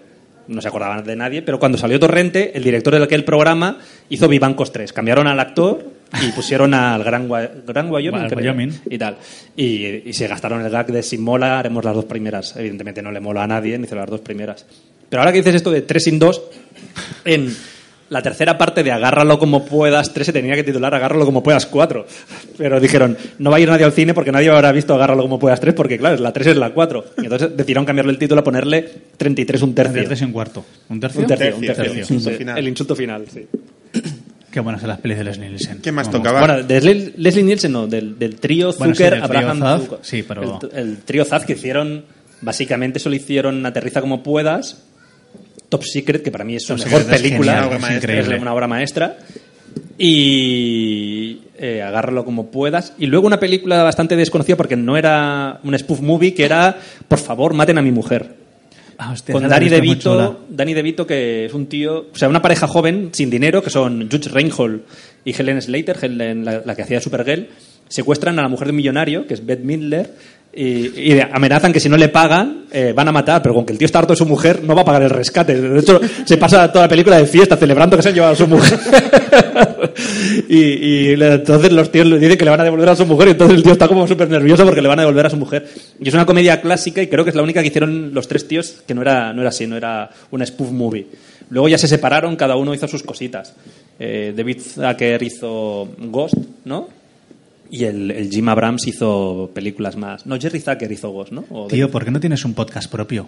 no se acordaban de nadie, pero cuando salió Torrente, el director de aquel programa hizo Vivancos 3. Cambiaron al actor y pusieron al Gran, Gua- Gran Wyoming, Guau, creo, Wyoming. y tal. Y, y se gastaron el gag de si mola, haremos las dos primeras. Evidentemente no le mola a nadie, ni hizo las dos primeras. Pero ahora que dices esto de 3 sin 2, en la tercera parte de Agárralo como puedas 3 se tenía que titular Agárralo como puedas 4. Pero dijeron, no va a ir nadie al cine porque nadie habrá visto Agárralo como puedas 3 porque claro, la 3 es la 4. Y entonces decidieron cambiarle el título a ponerle 33 un tercio. Tres y un cuarto. ¿Un tercio? Un tercio, un Tercio, tercio. el insulto Sí, final. El insulto final, sí. Qué buenas son las pelis de Leslie Nielsen. ¿Qué más Vamos. tocaba? Bueno, de Leslie, Leslie Nielsen no, del, del trío Bueno, sí, Zucker, del trío Abraham Zaz, Zucker. sí, pero- El, el trío Zaz que hicieron, básicamente solo hicieron Aterriza como puedas, Top Secret, que para mí es su Top mejor Secret es película, genial, Una obra es maestra. increíble. una obra maestra, y eh, Agárralo como puedas. Y luego una película bastante desconocida porque no era un spoof movie, que era Por favor, maten a mi mujer Ah, hostia, con esa la Danny he visto muy chula. DeVito, Danny DeVito que es un tío, o sea, una pareja joven sin dinero que son Judge Reinhold y Helen Slater, Helen, la, la que hacía de Supergirl, secuestran a la mujer de un millonario que es Beth Midler y, y amenazan que si no le pagan eh, van a matar, pero con que el tío está harto de su mujer no va a pagar el rescate. De hecho, se pasa toda la película de fiesta celebrando que se han llevado a su mujer. y, y le- entonces los tíos le dicen que le van a devolver a su mujer y entonces el tío está como súper nervioso porque le van a devolver a su mujer. Y es una comedia clásica y creo que es la única que hicieron los tres tíos que no era, no era así, no era una spoof movie. Luego ya se separaron, cada uno hizo sus cositas. Eh, David Zucker hizo Ghost, ¿no? Y el, el Jim Abrams hizo películas más. No, Jerry Zucker hizo Ghost, ¿no? O Tío, ¿por qué no tienes un podcast propio?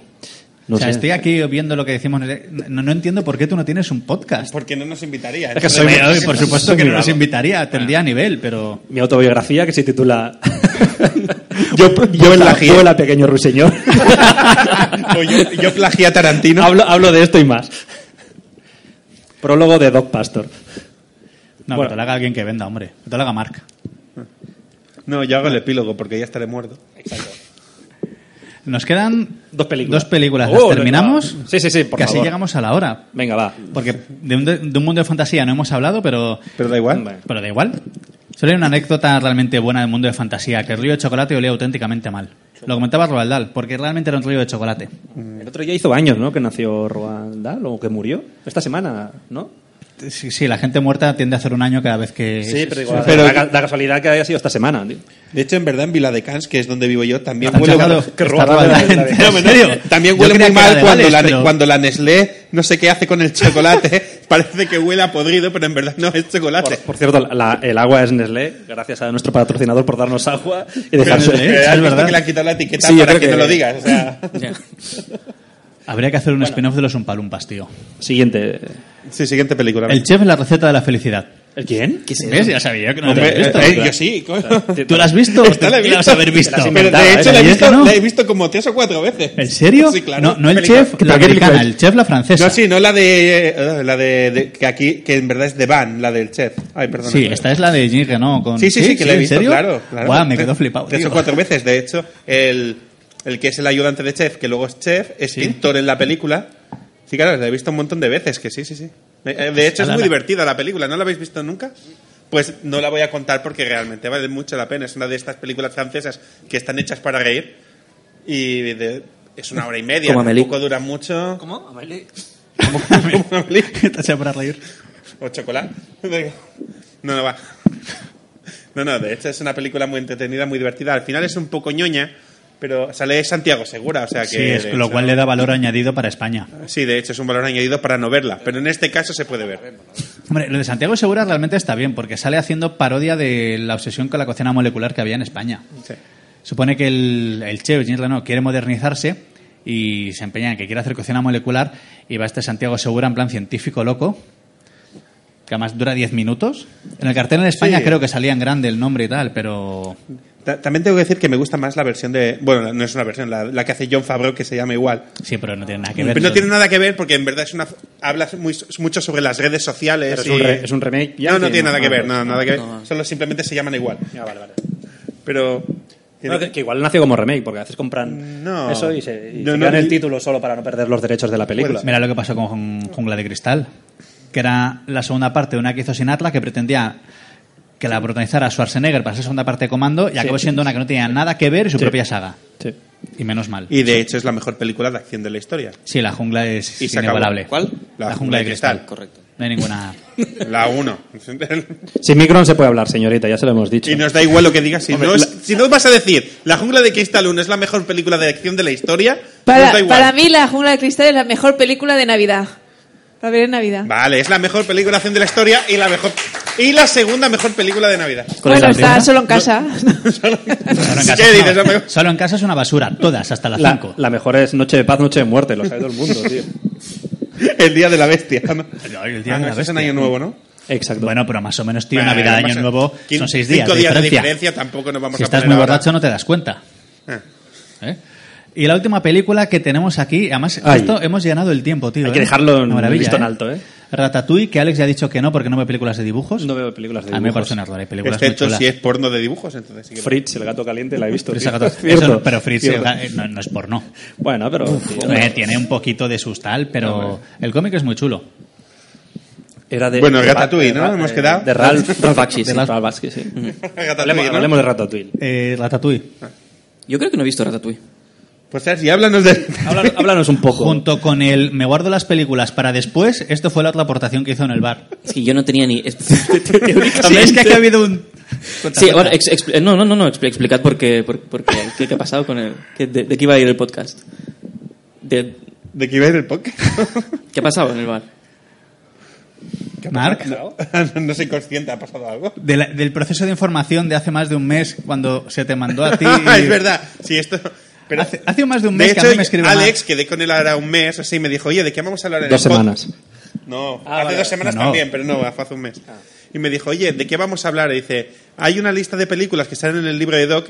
No o sea, sé. estoy aquí viendo lo que decimos. No, no entiendo por qué tú no tienes un podcast. Porque no nos invitaría. que soy- Hombre, oye, por supuesto soy que no muy nos vago. invitaría, tendría nivel, pero... mi autobiografía que se titula Yo, yo, en la, yo en la pequeño ruiseñor. O pues yo, yo plagié a Tarantino. hablo, hablo de esto y más. Prólogo de Doc Pastor. No, Bueno. que te lo haga alguien que venda, hombre. Que te lo haga Mark. No, yo hago el epílogo porque ya estaré muerto. Nos quedan Dos películas. Dos películas. Oh, ¿Las terminamos? venga. Sí, sí, sí, por Casi favor. llegamos a la hora. Venga, va. Porque de un, de un mundo de fantasía no hemos hablado, pero, Pero da igual. Vale. pero da igual. Solo hay una anécdota realmente buena del mundo de fantasía, que el río de chocolate olía auténticamente mal. Lo comentaba Roald Dahl, porque realmente era un río de chocolate. El otro día hizo años, ¿no? Que nació Roald Dahl o que murió. Esta semana, ¿no? Sí, sí, la gente muerta tiende a hacer un año cada vez que... Sí, pero igual, Pero- la, ca- la casualidad que haya sido esta semana. tío. De hecho, en verdad, en Vila de Cans, que es donde vivo yo, también Está huele, chafado, que está roba robada la- la la- gente. No, ¿En pero- serio? también Yo huele creía muy que era mal de cuando, Vales, la, pero- cuando la Nestlé no sé qué hace con el chocolate. Parece que huele a podrido, pero en verdad no es chocolate. Por, por cierto, la- la- el agua es Nestlé, gracias a nuestro patrocinador por darnos agua y dejar su... Pero, Nestlé, eh, es ¿has visto verdad. que le han quitado la etiqueta Sí, yo para que, no creo que- lo digas. O sea, Ya. Habría que hacer un spin-off de los Umpalumpas, tío. Siguiente. sí, siguiente película. El chef es la receta de la felicidad. ¿El quién? ¿Ves? Ya sabía que no lo Hombre, habías visto. eh, eh, yo sí. coño. ¿Tú la has visto? Esta la he Te- visto. la vas a haber visto. Te la has Pero inventada, de ¿eh? hecho, ¿La la he, viejas visto, no? la he visto como tres o cuatro veces. ¿En serio? Sí, claro. No, no el Película. chef, la ¿Pero qué americana, película es? el chef la francesa. No, sí, no la de. eh, la de, de- que aquí, que en verdad es de Van, la del chef. Ay, perdón. Sí, esta es la de Jim Renault. Con... Sí, sí, sí, que la he ¿en visto, serio? claro. claro. Guau, me quedó flipado. Tres tío. o cuatro veces. De hecho, el, el que es el ayudante de chef, que luego es chef, es pintor en la película. Sí, claro, la he visto un montón de veces, que sí, sí, sí. Eh, De hecho, es muy divertida la película. ¿No la habéis visto nunca? Pues no la voy a contar porque realmente vale mucho la pena. Es una de estas películas francesas que están hechas para reír. Y de- es una hora y media. Como Amélie. Tampoco dura mucho. ¿Cómo? Amelie. Como Amélie. Te hacía para reír. O chocolate. No, no va. No, no, de hecho es una película muy entretenida, muy divertida. Al final es un poco ñoña, pero sale Santiago Segura, o sea que... Sí, es, de lo hecho- cual le da valor añadido para España. Sí, de hecho es un valor añadido para no verla, pero en este caso se puede ver. Hombre, lo de Santiago Segura realmente está bien, porque sale haciendo parodia de la obsesión con la cocina molecular que había en España. Sí. Supone que el, el chef, James Renault, quiere modernizarse y se empeña en que quiere hacer cocina molecular y va este Santiago Segura en plan científico loco, que además dura 10 minutos. En el cartel en España Sí. creo que salía en grande el nombre y tal, pero... Ta- También tengo que decir que me gusta más la versión de... Bueno, no es una versión, la, la que hace John Favreau que se llama igual. Sí, pero no tiene nada que ver. Pero no tiene nada que ver porque en verdad es una habla muy- mucho sobre las redes sociales. Pero es un y- re- es un remake ya, No, no que tiene no- nada que no, ver, no, no, nada que ver. no. Solo simplemente se llaman igual. Ah, vale, vale. Pero... No, que, que igual nació como remake, porque a veces compran No. eso y se, y No, se no, quedan y- el título solo para no perder los derechos de la película. Mira lo que pasó con Jungla de Cristal, que era la segunda parte de una que hizo Sin Atlas que pretendía que la protagonizara Schwarzenegger para ser segunda parte de Comando y acabó siendo una que no tenía nada que ver y su propia saga. Sí. Y menos mal. Y de hecho es la mejor película de acción de la historia. Sí, la jungla es Y se acabó. inigualable. ¿Cuál? La, jungla de cristal. Correcto. No hay ninguna. La 1. Sin micro no se puede hablar, señorita, ya se lo hemos dicho. Y nos da igual lo que digas. Si, Hombre, no, es- la- si no vas a decir La jungla de cristal 1 es la mejor película de acción de la historia, nos da Para, igual. para mí, La Jungla de Cristal es la mejor película de Navidad. Para ver en Navidad. Vale, es la mejor película de acción de la historia y la mejor y la segunda mejor película de Navidad. Bueno, está la primera? solo en casa. Solo en, ¿Qué casa es dices, una- amigo? solo en casa es una basura, todas, hasta las La, 5. la mejor es Noche de Paz, Noche de Muerte, lo sabe todo el mundo, tío. El día de la bestia. ¿no? El día Ah, de no, la eso es en bestia. año nuevo, ¿no? Exacto. Bueno, pero más o menos, tío, Bueno, Navidad, más Año o- Nuevo, quin- son seis días, Cinco de días diferencia. de diferencia, tampoco nos vamos si a estás poner muy ahora. borracho no te das cuenta. Ah. ¿Eh? Y la última película que tenemos aquí, además, Ay. esto hemos llenado el tiempo, tío. Hay ¿eh? que dejarlo en- Una maravilla, visto en alto, ¿eh? Ratatouille, que Alex ya ha dicho que no porque no ve películas de dibujos. No veo películas de A mí me dibujos. parece un error, hay películas muy Excepto chulas. si es porno de dibujos, entonces sí que- Fritz, el gato caliente, la he visto. Fritz tío. Agato- Cierto, Eso- pero Fritz cierto. eh, no, no es porno. Bueno, pero... tío, Hombre, tiene un poquito de sustal, pero el cómic es muy chulo. Era de... Bueno, de- Ratatouille, de- ¿no? de- Hemos quedado. De Ralph. Ralph Bakshi, sí. Ralph- Ralph Bakshi, sí. Ratatouille, hablemos, ¿no? hablemos de Ratatouille. Eh, Ratatouille. Yo creo que no he visto Ratatouille. Pues Sergi, háblanos de Háblanos, háblanos un poco. Junto con el me guardo las películas para después, esto fue la otra aportación que hizo en el bar. Es que yo no tenía ni... Sí, es que aquí ha habido un... Sí, bueno, ex- expl- no, no, no, no, expl- explicad por qué, por, por qué, qué, qué ha pasado con el... qué- de, de qué iba a ir el podcast. De- de que iba a ir el podcast. ¿Qué ha pasado en el bar? Marc, no soy consciente, ha pasado algo. de la- del proceso de información de hace más de un mes cuando se te mandó a ti... Ah, es verdad. Sí, esto. Pero Hace- hace más de un de mes que a hecho, mí me escribió Alex, Marc. quedé con él ahora un mes, así, me dijo, oye, ¿de qué vamos a hablar en Dos el podcast? semanas. No, Ah, hace vale. Ah. dos semanas No, no. también, pero no, fue hace un mes. Y me dijo, oye, ¿de qué vamos a hablar? Y dice, hay una lista de películas que salen en el libro de Doc.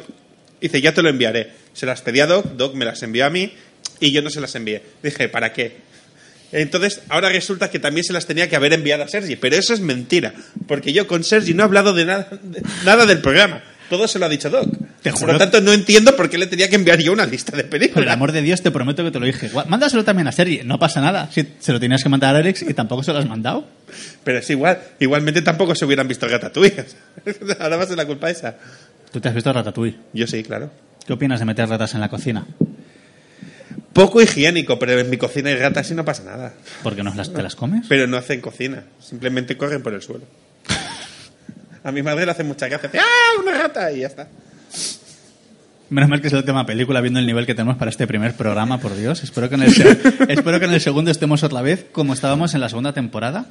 Y dice, ya te lo enviaré. Se las pedí a Doc, Doc me las envió a mí y yo no se las envié. Dije, ¿para qué? Entonces, ahora resulta que también se las tenía que haber enviado a Sergi, pero eso es mentira, porque yo con Sergi no he hablado de nada, de- nada del programa. Todo se lo ha dicho Doc. Te por juro- lo tanto, no entiendo por qué le tenía que enviar yo una lista de Por el películas. amor de Dios, te prometo que te lo dije. Gua- Mándaselo también a Sergi, no pasa nada. Si se lo tenías que mandar a Alex y tampoco se lo has mandado. Pero es igual, igualmente tampoco se hubieran visto Ratatouille. ahora va a ser la culpa esa. Tú te has visto Ratatouille. Yo sí, claro. ¿Qué opinas de meter ratas en la cocina? poco higiénico, pero en mi cocina hay ratas y no pasa nada. ¿Por qué no las, te las comes? Pero no hacen cocina, simplemente corren por el suelo. A mi madre le hace mucha gracia, hace ¡ah! ¡Una rata! Y ya está. Menos mal que es el tema película, viendo el nivel que tenemos para este primer programa, por Dios. Espero que en el, se- espero que en el segundo estemos otra vez como estábamos en la segunda temporada.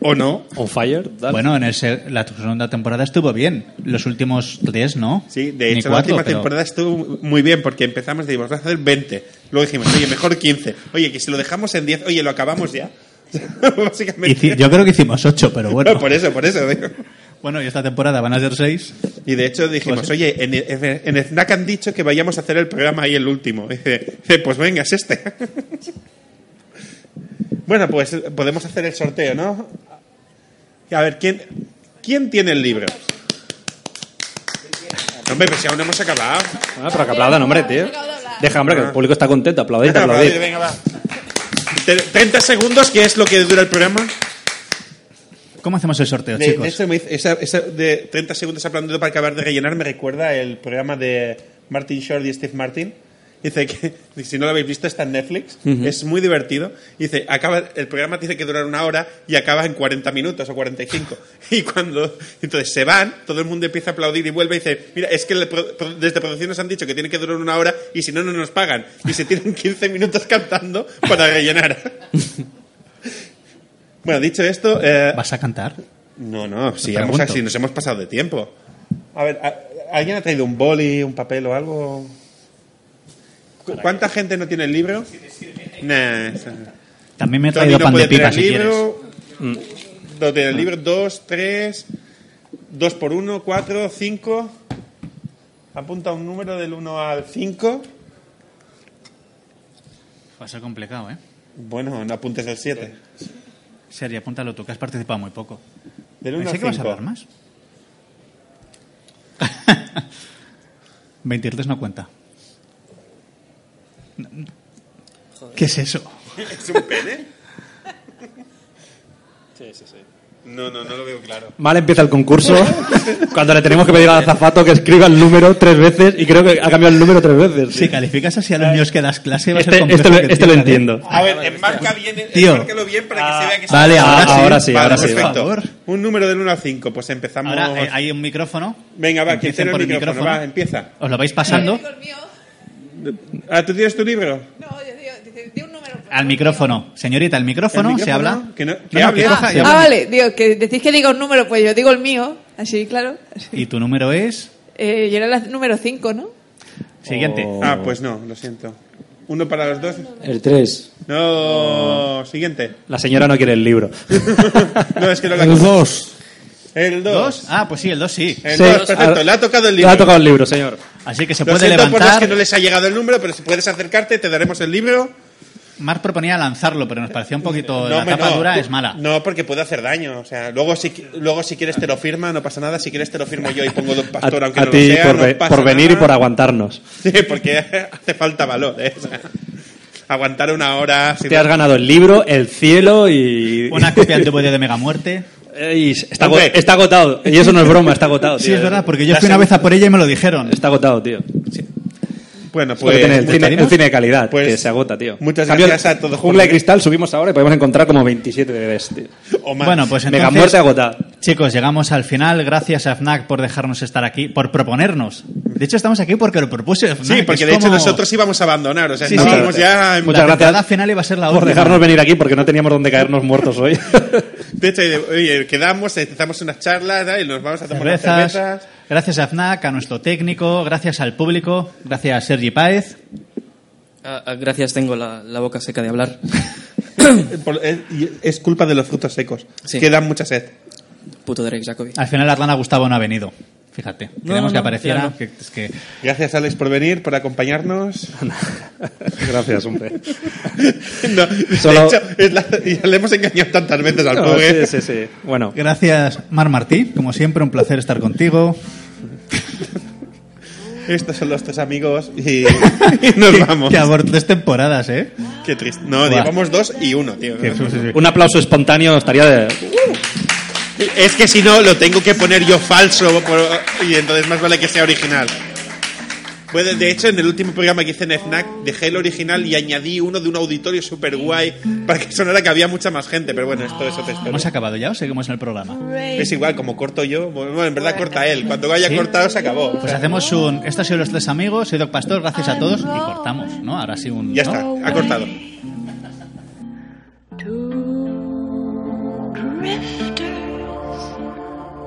¿O no? On fire. tal. Bueno, en el se- la segunda temporada estuvo bien. Los últimos tres, ¿no? Sí, de Ni hecho cuatro, la última pero- temporada estuvo muy bien porque empezamos, dijimos, vamos a hacer 20. Luego dijimos, oye, mejor 15. Oye, que si lo dejamos en 10, oye, lo acabamos ya. Básicamente. Hici- Yo creo que hicimos ocho, pero bueno. No, por eso, por eso. digo. Bueno, y esta temporada van a ser seis. Y de hecho dijimos, Pues- oye, en, en, en Fnac han dicho que vayamos a hacer el programa ahí el último. Y dice, dice, pues venga, es este. bueno, pues podemos hacer el sorteo, ¿no? A ver, ¿quién, ¿quién tiene el libro? Hombre, pues si aún no hemos acabado. Ah, pero que aplaudan, hombre, tío. Deja, hombre, que el público está contento. Aplaudid, aplaudid. Venga, va. Te- 30 segundos, que es lo que dura el programa. ¿Cómo hacemos el sorteo, De, chicos? de hecho, me hizo- esa- esa de 30 segundos aplaudiendo para acabar de rellenar me recuerda el programa de Martin Short y Steve Martin. Dice que, si no lo habéis visto, está en Netflix. Es muy divertido. Dice, acaba, el programa tiene que durar una hora y acaba en 40 minutos o 45. Y cuando, entonces se van, todo el mundo empieza a aplaudir y vuelve y dice, mira, es que le pro- pro- desde producción nos han dicho que tiene que durar una hora y si no, no nos pagan. Y se tienen 15 minutos cantando para rellenar. bueno, dicho esto, eh, ¿Vas a cantar? no, no, si, pregunto. vamos a- si nos hemos pasado de tiempo. A ver, ¿a- ¿alguien ha traído un boli, un papel o algo? ¿Cu- ¿Cuánta gente no tiene el libro? Nah, esa- También me he Tony traído no pan de puede pipa, tener si quieres. libro. Mm. No tiene el libro, dos, tres, dos por uno, cuatro, cinco. Apunta un número del uno al cinco. Va a ser complicado, ¿eh? Bueno, no apuntes el siete. Sergi, apúntalo tú, que has participado muy poco. Del uno Pensé al que vas a cinco. hablar más. 23 no cuenta. ¿Qué es eso? ¿Es un pene? sí, sí, sí. No, no, no lo veo claro. Mal empieza el concurso cuando le tenemos que pedir al azafato que escriba el número tres veces y creo que ha cambiado el número tres veces. Si calificas así a los niños que das clase, va a ser Este, complejo este lo, que este lo entiendan, ¿eh? entiendo. A ver, enmarca bien, Tío. Ah, enmárcalo bien para que se vea que está- Vale, ahora sí. ahora sí, Vale, ahora sí. perfecto. perfecto. Por favor. Un número del 1 al 5, pues empezamos. Ahora eh, hay un micrófono. Venga, va, que Empiecen tiene el por el micrófono, micrófono. va, empieza. Os lo vais pasando Amigos míos. Ah, ¿tú tienes tu libro? No, yo digo, dice, di un número. por al favor. micrófono. Señorita, el micrófono, ¿El se micrófono? habla. Que no- que que hable. coja y Ah, hable. vale, digo, que decís que diga un número, pues yo digo el mío, así, claro. Y tu número es. Eh, yo era la número 5, ¿no? Siguiente. Ah, pues no, lo siento. Uno para los dos. El 3. No, siguiente. La señora no quiere el libro. No, es que no la El 2. El 2. ¿Dos? Ah, pues sí, el dos sí. El Sí. 2, perfecto. Ah, Le ha tocado el Le libro. ha tocado el libro, señor. Así que se Lo puede siento por los levantar. que no les ha llegado el número, pero si puedes acercarte, te daremos el libro. Marc proponía lanzarlo, pero nos parecía un poquito. la hombre, tapa dura es mala. No, porque puede hacer daño. O sea, luego si, qui- luego si quieres te lo firma, no pasa nada. Si quieres te lo firmo yo y pongo Don A, Pastor, aunque a no ti lo sea, por, no ve- pasa por venir y nada. por aguantarnos. Sí, porque hace falta valor, ¿eh? O sea, aguantar una hora... sin- Te has ganado el libro, el cielo y. Una copia del DVD de Mega Muerte. Ey, está, ago- Hombre. está agotado. Y eso no es broma, está agotado. Sí, tío. es verdad, porque yo La fui una seg- vez a por ella y me lo dijeron. Está agotado, tío. Sí. Bueno, Porque tiene el, pues... cine, el cine de calidad, Pues, que se agota, tío. muchas Cambio, gracias a todos por Jungla de venir. Cristal subimos ahora y podemos encontrar como 27 bebés, tío. o más. Bueno, pues Mega entonces, muerte agotada. chicos, llegamos al final. Gracias a FNAC por dejarnos estar aquí, por proponernos. De hecho, estamos aquí porque lo propuso FNAC. Sí, porque es de hecho como- nosotros íbamos a abandonar. O sea, Sí, sí. estábamos ya... en- La Muchas gracias. temporada final iba a ser la Por última. dejarnos venir aquí porque no teníamos dónde caernos muertos hoy. De hecho, oye, quedamos, empezamos unas charlas ¿no? y nos vamos a tomar unas Cervezas. cervezas. Gracias a FNAC, a nuestro técnico, gracias al público, gracias a Sergi Páez. Ah, ah, gracias, tengo la, la boca seca de hablar. Por- Es, y es culpa de los frutos secos, Sí. que dan mucha sed. Puto Derek Jacobi. Al final Arlana Gustavo no ha venido. Fíjate, queremos no, que no, apareciera. ya no. que- es que- Gracias, Alex, por venir, por acompañarnos. gracias, hombre. No, de Solo- hecho, es la- ya le hemos engañado tantas veces al ¿eh? No, pobre. sí, sí, sí. Bueno, Gracias, Mar Martí. Como siempre, un placer estar contigo. Estos son los tres amigos y, y nos vamos. Que abortes temporadas, ¿eh? Qué triste. No, llevamos dos y uno, tío. Que- sí, sí, sí. un aplauso espontáneo estaría de. Es que si no, lo tengo que poner yo falso por- y entonces más vale que sea original. Bueno, de hecho, en el último programa que hice en FNAC dejé el original y añadí uno de un auditorio super guay para que sonara que había mucha más gente, pero Pues bueno, esto es otra historia. ¿Hemos acabado ya o seguimos en el programa? Es igual, como corto yo, bueno, en verdad corta él. Cuando haya cortado se acabó. Pues hacemos un. Esto ha sido Los Tres Amigos, soy Doc Pastor, gracias a todos y cortamos, ¿no? Ahora sí un. Ya ¿no? está, ha cortado. Two drifters,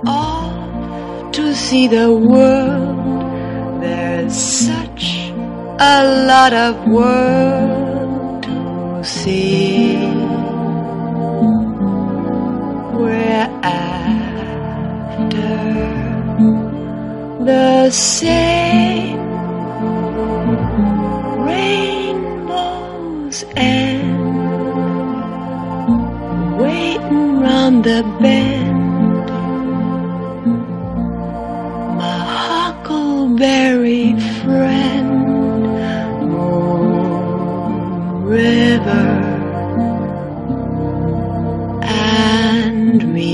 all to see the world. There's such a lot of world to see. We're after the same rainbows and waiting round the bend. My huckleberry friend, Moon River, and me.